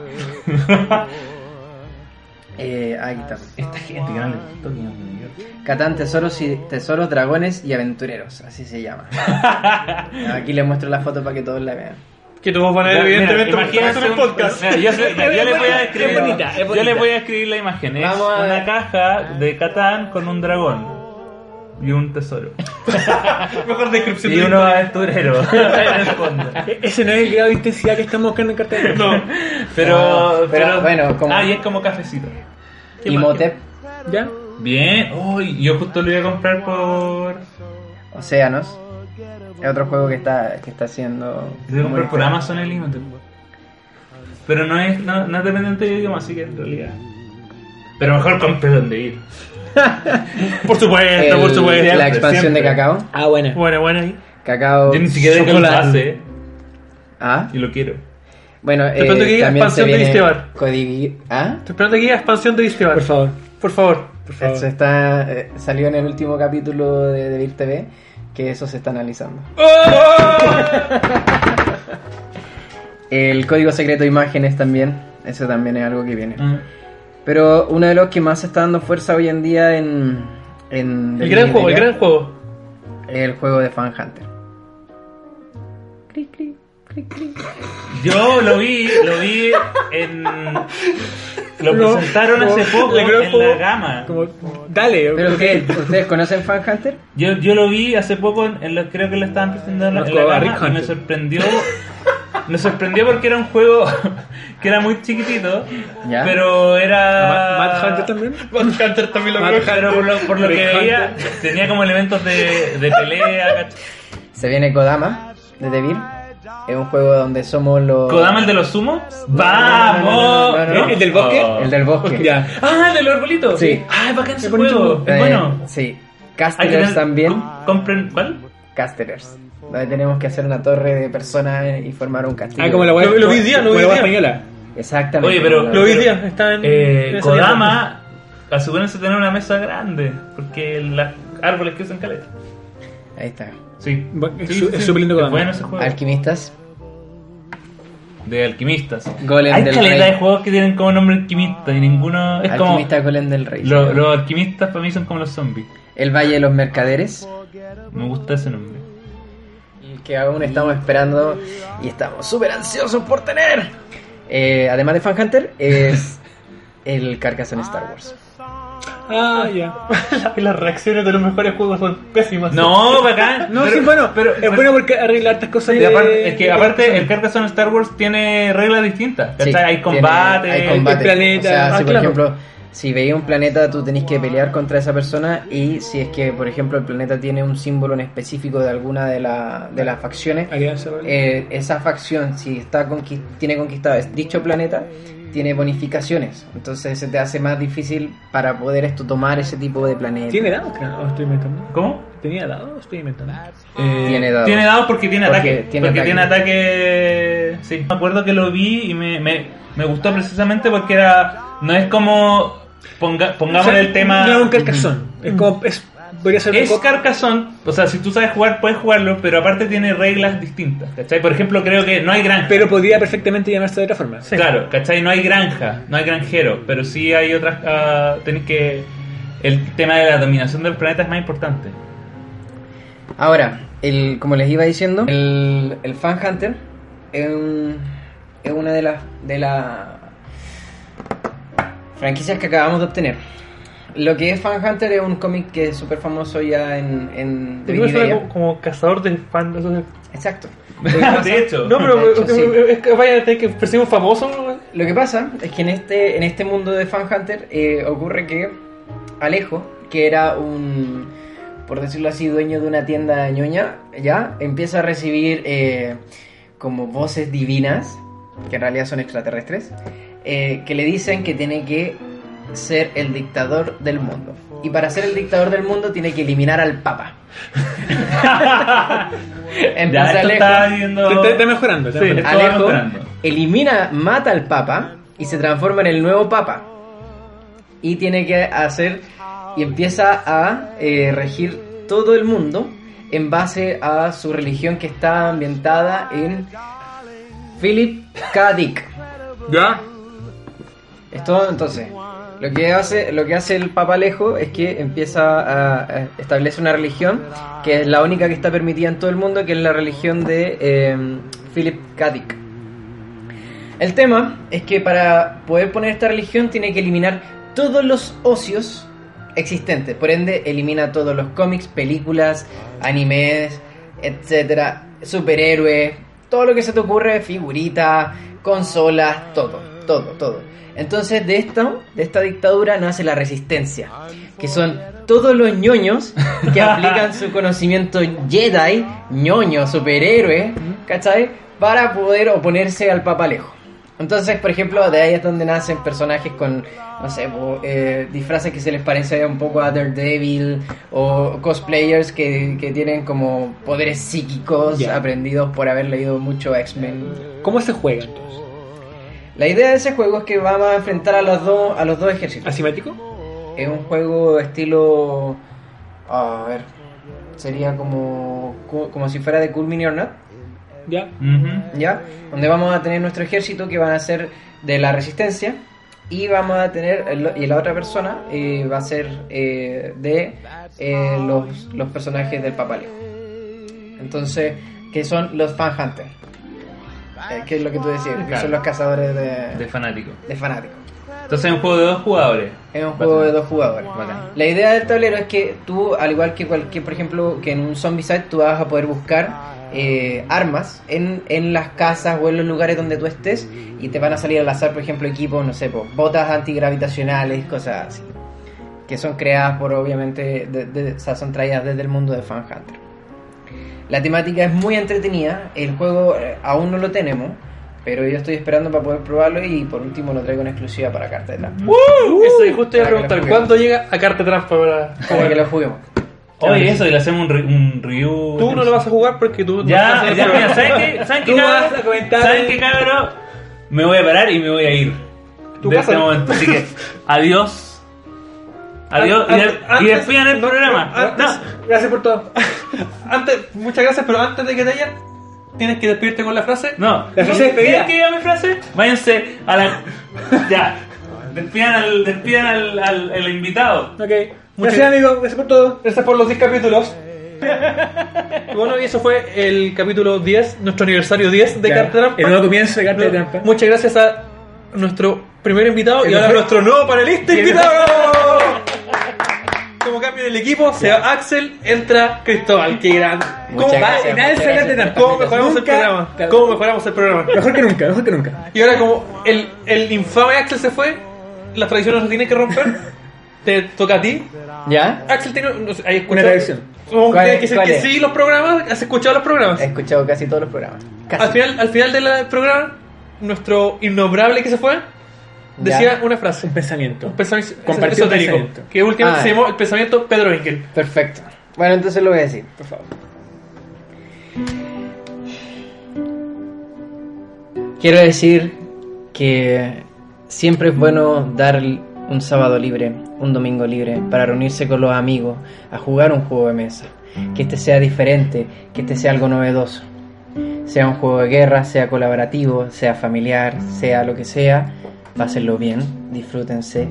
[SPEAKER 3] eh, ahí está.
[SPEAKER 4] Esta gente que no le gustó King of New York.
[SPEAKER 3] Catán, tesoros, y, tesoros, dragones y aventureros, así se llama. Aquí les muestro la foto para que todos la vean.
[SPEAKER 1] Que todos van a ver,
[SPEAKER 4] Mira,
[SPEAKER 1] evidentemente,
[SPEAKER 4] mira,
[SPEAKER 1] porque esto no es
[SPEAKER 4] imagínense un-
[SPEAKER 1] podcast.
[SPEAKER 4] mira, yo, se- mira, yo les voy a describir,
[SPEAKER 3] Es bonita,
[SPEAKER 2] es
[SPEAKER 4] yo
[SPEAKER 2] bonita.
[SPEAKER 4] les voy a describir la imagen. Es
[SPEAKER 3] Vamos a
[SPEAKER 4] una
[SPEAKER 3] ver.
[SPEAKER 4] caja de Catán con un dragón y un tesoro.
[SPEAKER 1] Mejor descripción
[SPEAKER 4] Y
[SPEAKER 1] de
[SPEAKER 4] unos aventureros en el fondo.
[SPEAKER 2] E-, Ese no es el grado de intensidad que estamos buscando en Cartagena.
[SPEAKER 4] No,
[SPEAKER 3] Ah,
[SPEAKER 4] pero,
[SPEAKER 3] pero
[SPEAKER 4] pero-
[SPEAKER 3] bueno, como-
[SPEAKER 4] Ah, y es como cafecito.
[SPEAKER 3] Y Motep,
[SPEAKER 2] ¿Ya?
[SPEAKER 4] Bien, uy, yo justo lo iba a comprar por.
[SPEAKER 3] Océanos, es otro juego que está, que está haciendo.
[SPEAKER 4] Lo iba a comprar por Amazon el Imhotep. Pero no es, no, no es dependiente de idioma, así que en realidad. Pero mejor compré donde ir.
[SPEAKER 1] Por supuesto,
[SPEAKER 3] El-
[SPEAKER 1] por supuesto.
[SPEAKER 3] la expansión
[SPEAKER 4] siempre.
[SPEAKER 3] de Cacao.
[SPEAKER 2] Ah, buena.
[SPEAKER 1] Bueno, bueno, ahí.
[SPEAKER 3] Cacao.
[SPEAKER 4] Yo ni siquiera que lo
[SPEAKER 3] chocolate.
[SPEAKER 4] hace
[SPEAKER 3] Ah,
[SPEAKER 4] eh, y lo quiero.
[SPEAKER 3] bueno, eh,
[SPEAKER 1] pronto que diga
[SPEAKER 3] también se
[SPEAKER 1] expansión de
[SPEAKER 3] viene.
[SPEAKER 1] Istebar.
[SPEAKER 3] Código- ¿Ah?
[SPEAKER 1] Estoy esperando aquí la expansión de Istebar.
[SPEAKER 2] Por favor.
[SPEAKER 1] Por favor.
[SPEAKER 2] Por favor.
[SPEAKER 3] Eso está, eh, salió en el último capítulo de Devil TV, que eso se está analizando.
[SPEAKER 1] ¡Oh!
[SPEAKER 3] El código secreto de imágenes también, eso también es algo que viene.
[SPEAKER 4] Ah.
[SPEAKER 3] Pero uno de los que más se está dando fuerza hoy en día en... en
[SPEAKER 1] El gran juego, el gran juego.
[SPEAKER 3] El juego de Fan Hunter.
[SPEAKER 4] Yo lo vi, lo vi en. Lo
[SPEAKER 2] No,
[SPEAKER 4] presentaron hace
[SPEAKER 2] no,
[SPEAKER 4] poco
[SPEAKER 2] yo creo
[SPEAKER 4] en
[SPEAKER 2] como-
[SPEAKER 4] la gama.
[SPEAKER 2] Como, dale.
[SPEAKER 3] ¿Pero qué? ¿Ustedes conocen Fan Hunter?
[SPEAKER 4] Yo, yo lo vi hace poco, en, en lo- creo que lo estaban presentando en la-
[SPEAKER 2] Nos
[SPEAKER 4] en la
[SPEAKER 2] jugaba
[SPEAKER 4] gama
[SPEAKER 2] Rick
[SPEAKER 4] y me
[SPEAKER 2] Hunter.
[SPEAKER 4] sorprendió. Me sorprendió porque era un juego que era muy chiquitito,
[SPEAKER 3] Ya.
[SPEAKER 4] pero era.
[SPEAKER 2] Ah, Matt Hunter también.
[SPEAKER 1] Hunter también lo
[SPEAKER 4] Mad- pero por lo, por lo que
[SPEAKER 2] Rick
[SPEAKER 4] veía, tenía como elementos de, de pelea. ¿cachai?
[SPEAKER 3] Se viene Kodama, de Devil. Es un juego donde somos los...
[SPEAKER 4] ¿Kodama el de los zumos?
[SPEAKER 3] Oh. no,
[SPEAKER 4] ¡Vamos!
[SPEAKER 3] no, no, no, no.
[SPEAKER 2] ¿El del bosque?
[SPEAKER 4] Oh.
[SPEAKER 3] El del bosque.
[SPEAKER 2] Ya.
[SPEAKER 4] ¡Ah, del arbolito!
[SPEAKER 3] Sí.
[SPEAKER 4] ¡Ah, es bacán ese
[SPEAKER 2] Es bonito.
[SPEAKER 4] juego! Es
[SPEAKER 3] Eh,
[SPEAKER 4] bueno.
[SPEAKER 3] Sí.
[SPEAKER 4] Hay que
[SPEAKER 3] Castlers
[SPEAKER 4] tener-
[SPEAKER 3] también.
[SPEAKER 4] com- Compren. ¿Cuál?
[SPEAKER 3] Casterers, donde tenemos que hacer una torre de personas y formar un castillo.
[SPEAKER 2] Ah, como la
[SPEAKER 1] Lo- lo vi hoy día, lo
[SPEAKER 2] como
[SPEAKER 1] vi
[SPEAKER 2] la
[SPEAKER 1] hoy
[SPEAKER 2] wea
[SPEAKER 1] día.
[SPEAKER 2] española.
[SPEAKER 3] Exactamente.
[SPEAKER 4] Oye, pero-
[SPEAKER 1] Lo vi hoy día, está en. en
[SPEAKER 4] Eh,
[SPEAKER 1] esa mierda.
[SPEAKER 4] Kodama, asegúrense de tener una mesa grande, porque los árboles crecen caleta.
[SPEAKER 3] Ahí está.
[SPEAKER 4] Sí.
[SPEAKER 2] Bu- es
[SPEAKER 4] Sí,
[SPEAKER 2] su-
[SPEAKER 4] sí,
[SPEAKER 2] es
[SPEAKER 4] sí.
[SPEAKER 2] súper lindo Kodama.
[SPEAKER 4] bueno ese juego.
[SPEAKER 3] Alquimistas,
[SPEAKER 4] de alquimistas.
[SPEAKER 3] Golem
[SPEAKER 4] Hay
[SPEAKER 3] del
[SPEAKER 4] caleta
[SPEAKER 3] Rey.
[SPEAKER 4] de juegos que tienen como nombre alquimista y ninguno es como...
[SPEAKER 3] Alquimista Golem del Rey.
[SPEAKER 4] Lo- los alquimistas para mí son como los zombies.
[SPEAKER 3] El Valle de los Mercaderes,
[SPEAKER 4] Me gusta ese nombre.
[SPEAKER 3] que aún estamos esperando y estamos súper ansiosos por tener. Eh, además de Fan Hunter, es el Carcassonne Star Wars.
[SPEAKER 2] Ah, ya.
[SPEAKER 1] Las reacciones de los mejores juegos son pésimas.
[SPEAKER 4] No, bacán.
[SPEAKER 2] No,
[SPEAKER 4] Pero-
[SPEAKER 2] sí, Eh, bueno. Pero, es
[SPEAKER 4] pero-
[SPEAKER 2] bueno porque arregla hartas cosas.
[SPEAKER 4] y
[SPEAKER 2] de-
[SPEAKER 4] aparte- es que
[SPEAKER 2] de-
[SPEAKER 4] aparte el Carcassonne Star Wars tiene reglas distintas.
[SPEAKER 3] Sí,
[SPEAKER 4] ¿cachai? hay
[SPEAKER 3] tiene-
[SPEAKER 4] combate,
[SPEAKER 3] hay combate.
[SPEAKER 2] planeta.
[SPEAKER 3] O sea,
[SPEAKER 2] Ah,
[SPEAKER 3] si por
[SPEAKER 2] claro.
[SPEAKER 3] ejemplo, si veía un planeta, tú tenés que pelear contra esa persona. Y si es que, por ejemplo, el planeta tiene un símbolo en específico de alguna de, la- de las facciones,
[SPEAKER 2] Alianza, ¿vale?
[SPEAKER 3] eh, esa facción, si está conquis- tiene conquistado es- dicho planeta, tiene bonificaciones. Entonces se te hace más difícil para poder esto tomar ese tipo de planeta.
[SPEAKER 2] ¿Tiene dados? Creo. ¿O estoy inventando?
[SPEAKER 4] ¿Cómo?
[SPEAKER 2] ¿Tenía dados? ¿O estoy inventando?
[SPEAKER 4] Eh,
[SPEAKER 3] Tiene dados.
[SPEAKER 4] Tiene dados porque tiene
[SPEAKER 3] Porque
[SPEAKER 4] ataque.
[SPEAKER 3] tiene
[SPEAKER 4] porque
[SPEAKER 3] ataque.
[SPEAKER 4] tiene ataque. Sí. Me acuerdo que lo vi y me, me, me gustó precisamente porque era. No es como. Ponga, pongamos
[SPEAKER 2] O sea,
[SPEAKER 4] el tema.
[SPEAKER 2] No es un carcazón. Es como. Es, podría ser
[SPEAKER 4] Es
[SPEAKER 2] como-
[SPEAKER 4] Carcassonne, o sea, si tú sabes jugar, puedes jugarlo, pero aparte tiene reglas distintas, ¿cachai? Por ejemplo, creo que no hay granja.
[SPEAKER 2] Pero podría perfectamente llamarse de otra forma.
[SPEAKER 4] Claro, ¿cachai? No hay granja, no hay granjero, pero sí hay otras... ah, tenés que... El tema de la dominación del planeta es más importante.
[SPEAKER 3] Ahora, el, como les iba diciendo, el, el Fan Hunter es, un- es una de las de las franquicias que acabamos de obtener. Lo que es Fan Hunter es un cómic que es súper famoso ya en, en de
[SPEAKER 6] Porque me suena como,
[SPEAKER 3] Wikipedia.
[SPEAKER 6] como cazador de fan. eso es-
[SPEAKER 3] Exacto.
[SPEAKER 4] de hecho,
[SPEAKER 6] No, pero
[SPEAKER 3] hecho, sí.
[SPEAKER 6] es que vaya a tener que perseguir un famoso. ¿no?
[SPEAKER 3] Lo que pasa es que en este, en este mundo de Fan Hunter eh, ocurre que Alejo, que era un, por decirlo así, dueño de una tienda ñoña, ya empieza a recibir eh, como voces divinas, que en realidad son extraterrestres, eh, que le dicen que tiene que ser el dictador del mundo. Y para ser el dictador del mundo tiene que eliminar al Papa. Entonces
[SPEAKER 4] ya, esto está viendo...
[SPEAKER 2] Te- te- Está mejorando. está
[SPEAKER 4] Sí, esto va
[SPEAKER 2] mejorando.
[SPEAKER 3] Alejo
[SPEAKER 4] mejorando.
[SPEAKER 3] elimina, mata al Papa y se transforma en el nuevo Papa. Y tiene que hacer y empieza a eh, regir todo el mundo en base a su religión que está ambientada en Philip K. Dick.
[SPEAKER 2] Ya.
[SPEAKER 3] Es todo entonces. Lo que hace, lo que hace el Papa Alejo es que empieza a, a establecer una religión que es la única que está permitida en todo el mundo, que es la religión de eh, Philip K. Dick. El tema es que para poder poner esta religión tiene que eliminar todos los ocios existentes. Por ende, elimina todos los cómics, películas, animes, etcétera, superhéroes, todo lo que se te ocurre, figuritas, consolas, todo, todo, todo. Entonces, de esto, de esta dictadura nace la resistencia, que son todos los ñoños que aplican su conocimiento Jedi, ñoño, superhéroe, ¿cachai? Para poder oponerse al papalejo. Entonces, por ejemplo, de ahí es donde nacen personajes con, no sé, po, eh, disfraces que se les parece un poco a Daredevil o cosplayers que, que tienen como poderes psíquicos
[SPEAKER 2] Ya.
[SPEAKER 3] aprendidos por haber leído mucho X-Men.
[SPEAKER 2] ¿Cómo se juega entonces?
[SPEAKER 3] La idea de ese juego es que vamos a enfrentar a los dos, a los dos ejércitos.
[SPEAKER 2] ¿Asimétrico?
[SPEAKER 3] Es un juego estilo. A ver. Sería como. como si fuera de Cool Mini or Not,
[SPEAKER 2] Ya.
[SPEAKER 4] Ujú.
[SPEAKER 3] ¿ya? Donde vamos a tener nuestro ejército que van a ser de la resistencia. Y vamos a tener. el- Y la otra persona eh, va a ser eh, de eh, los, los personajes del papaleo. Entonces, que son los fan hunters. Eh, que es lo que tú decías, que
[SPEAKER 4] Claro.
[SPEAKER 3] son los cazadores de,
[SPEAKER 4] De fanático.
[SPEAKER 3] de fanáticos.
[SPEAKER 4] Entonces es un juego de dos jugadores.
[SPEAKER 3] Es un juego de dos jugadores.
[SPEAKER 4] Bacán.
[SPEAKER 3] La idea del tablero es que tú, al igual que cualquier, por ejemplo, que en un zombicide, tú vas a poder buscar eh, armas en, en las casas o en los lugares donde tú estés y te van a salir al azar, por ejemplo, equipos, no sé, po, botas antigravitacionales, cosas así. Que son creadas por, obviamente, de- de- o sea, son traídas desde el mundo de Fan Hunter. La temática es muy entretenida, el juego eh, aún no lo tenemos, pero yo estoy esperando para poder probarlo y por último lo traigo en exclusiva para Carta de Trampa,
[SPEAKER 6] Eso y justo iba a
[SPEAKER 3] Para que
[SPEAKER 6] preguntar,
[SPEAKER 3] la juguemos.
[SPEAKER 6] ¿cuándo llega a Carta Trampa? para-
[SPEAKER 3] para que lo juguemos.
[SPEAKER 4] Oye, eso, y le hacemos un, re- un review.
[SPEAKER 6] Tú no lo vas a jugar porque tú no estás en
[SPEAKER 4] Ya,
[SPEAKER 6] el
[SPEAKER 4] ya, mira,
[SPEAKER 6] programa.
[SPEAKER 4] ¿saben qué? ¿Saben qué,
[SPEAKER 2] Tú
[SPEAKER 4] cabrón?
[SPEAKER 2] vas a comentar
[SPEAKER 4] ¿Saben
[SPEAKER 2] el-
[SPEAKER 4] qué, cabrón? Me voy a parar y me voy a ir.
[SPEAKER 6] Tu
[SPEAKER 4] de
[SPEAKER 6] casa.
[SPEAKER 4] este momento. Así que, adiós. Adiós.
[SPEAKER 6] An-
[SPEAKER 4] y,
[SPEAKER 6] an-
[SPEAKER 4] y
[SPEAKER 6] antes-
[SPEAKER 4] despidan el
[SPEAKER 6] no,
[SPEAKER 4] programa.
[SPEAKER 6] no, antes-
[SPEAKER 4] No.
[SPEAKER 2] Gracias por todo.
[SPEAKER 1] Antes, muchas gracias, pero antes de que te vayas, tienes que despedirte con la frase.
[SPEAKER 4] No.
[SPEAKER 2] La frase de despedida.
[SPEAKER 4] ¿Quieren que diga mi frase? Váyanse a la. Ya. Despidan al, despidan al, al, al invitado.
[SPEAKER 2] Ok. Gracias, amigo. Gracias por todo.
[SPEAKER 1] Gracias por los 10 capítulos.
[SPEAKER 6] Y Bueno, y eso fue el capítulo 10, nuestro aniversario 10 de
[SPEAKER 2] Ya.
[SPEAKER 6] Carta Trampa.
[SPEAKER 2] El nuevo comienzo de Carta de Trampa.
[SPEAKER 6] Muchas gracias a nuestro primer invitado y
[SPEAKER 2] El
[SPEAKER 6] ahora
[SPEAKER 2] mejor-
[SPEAKER 6] nuestro nuevo panelista
[SPEAKER 2] Y el
[SPEAKER 6] invitado. Como cambio en el equipo, se va Axel, entra Cristóbal. Qué grande. ¿Cómo,
[SPEAKER 3] Muchas
[SPEAKER 6] va-
[SPEAKER 3] gracias,
[SPEAKER 6] nadie
[SPEAKER 3] muchas
[SPEAKER 6] saca
[SPEAKER 3] gracias.
[SPEAKER 6] de trampa. ¿Cómo mejoramos el
[SPEAKER 2] Nunca-
[SPEAKER 6] programa? ¿Cómo mejoramos el programa?
[SPEAKER 2] Mejor que nunca, mejor que nunca.
[SPEAKER 6] Y ahora como el, el infame Axel se fue, las tradiciones se tienen que romper. Te toca a ti.
[SPEAKER 3] ¿Ya?
[SPEAKER 6] Axel tiene no sé, ¿hay escuchado?
[SPEAKER 2] Una tradición.
[SPEAKER 6] Supongo que
[SPEAKER 3] ¿Cuál
[SPEAKER 6] tiene
[SPEAKER 3] es?
[SPEAKER 6] que decir
[SPEAKER 3] ¿Cuál
[SPEAKER 6] que
[SPEAKER 3] es?
[SPEAKER 6] sí los programas, has escuchado los programas.
[SPEAKER 3] He escuchado casi todos los programas. Casi.
[SPEAKER 6] Al final, al final del programa, nuestro innombrable que se fue
[SPEAKER 1] decía una frase.
[SPEAKER 2] Un pensamiento.
[SPEAKER 1] Un pensamiento
[SPEAKER 2] Compartir un
[SPEAKER 1] esotérico,
[SPEAKER 2] pensamiento.
[SPEAKER 1] Que últimamente
[SPEAKER 3] Ah,
[SPEAKER 1] se
[SPEAKER 3] ya.
[SPEAKER 1] llamó el pensamiento Pedro Engel.
[SPEAKER 3] Perfecto. Bueno, entonces lo voy a decir.
[SPEAKER 1] Por favor.
[SPEAKER 3] Quiero decir que siempre es bueno dar un sábado libre, un domingo libre, para reunirse con los amigos, a jugar un juego de mesa. Que este sea diferente, que este sea algo novedoso. Sea un juego de guerra, sea colaborativo, sea familiar, sea lo que sea. Pásenlo bien, disfrútense.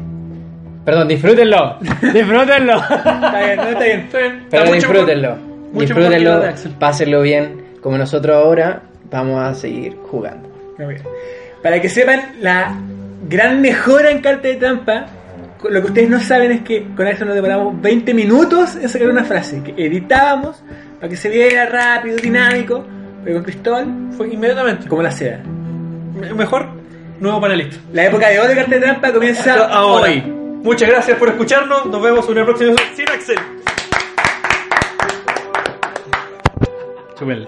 [SPEAKER 3] Perdón, disfrútenlo. Disfrútenlo.
[SPEAKER 2] Está bien, no está bien.
[SPEAKER 1] Está bien.
[SPEAKER 3] Pero
[SPEAKER 1] Está mucho mejor.
[SPEAKER 3] disfrútenlo.
[SPEAKER 1] mucho mejor que
[SPEAKER 3] disfrútenlo,
[SPEAKER 1] la de Axel.
[SPEAKER 3] pásenlo bien. Como nosotros ahora, vamos a seguir jugando.
[SPEAKER 2] Muy bien. Para que sepan la gran mejora en carta de trampa, lo que ustedes no saben es que con eso nos demoramos 20 minutos en sacar una frase que editábamos para que se viera rápido, dinámico, pero con Cristóbal,
[SPEAKER 1] Fue inmediatamente.
[SPEAKER 2] como la seda.
[SPEAKER 1] Me- Mejor nuevo panelista.
[SPEAKER 2] La época de oro de carta de trampa comienza
[SPEAKER 1] Ahora.
[SPEAKER 2] hoy.
[SPEAKER 1] Muchas gracias por escucharnos. Nos vemos en una próxima. Sin Axel.
[SPEAKER 2] Súbele.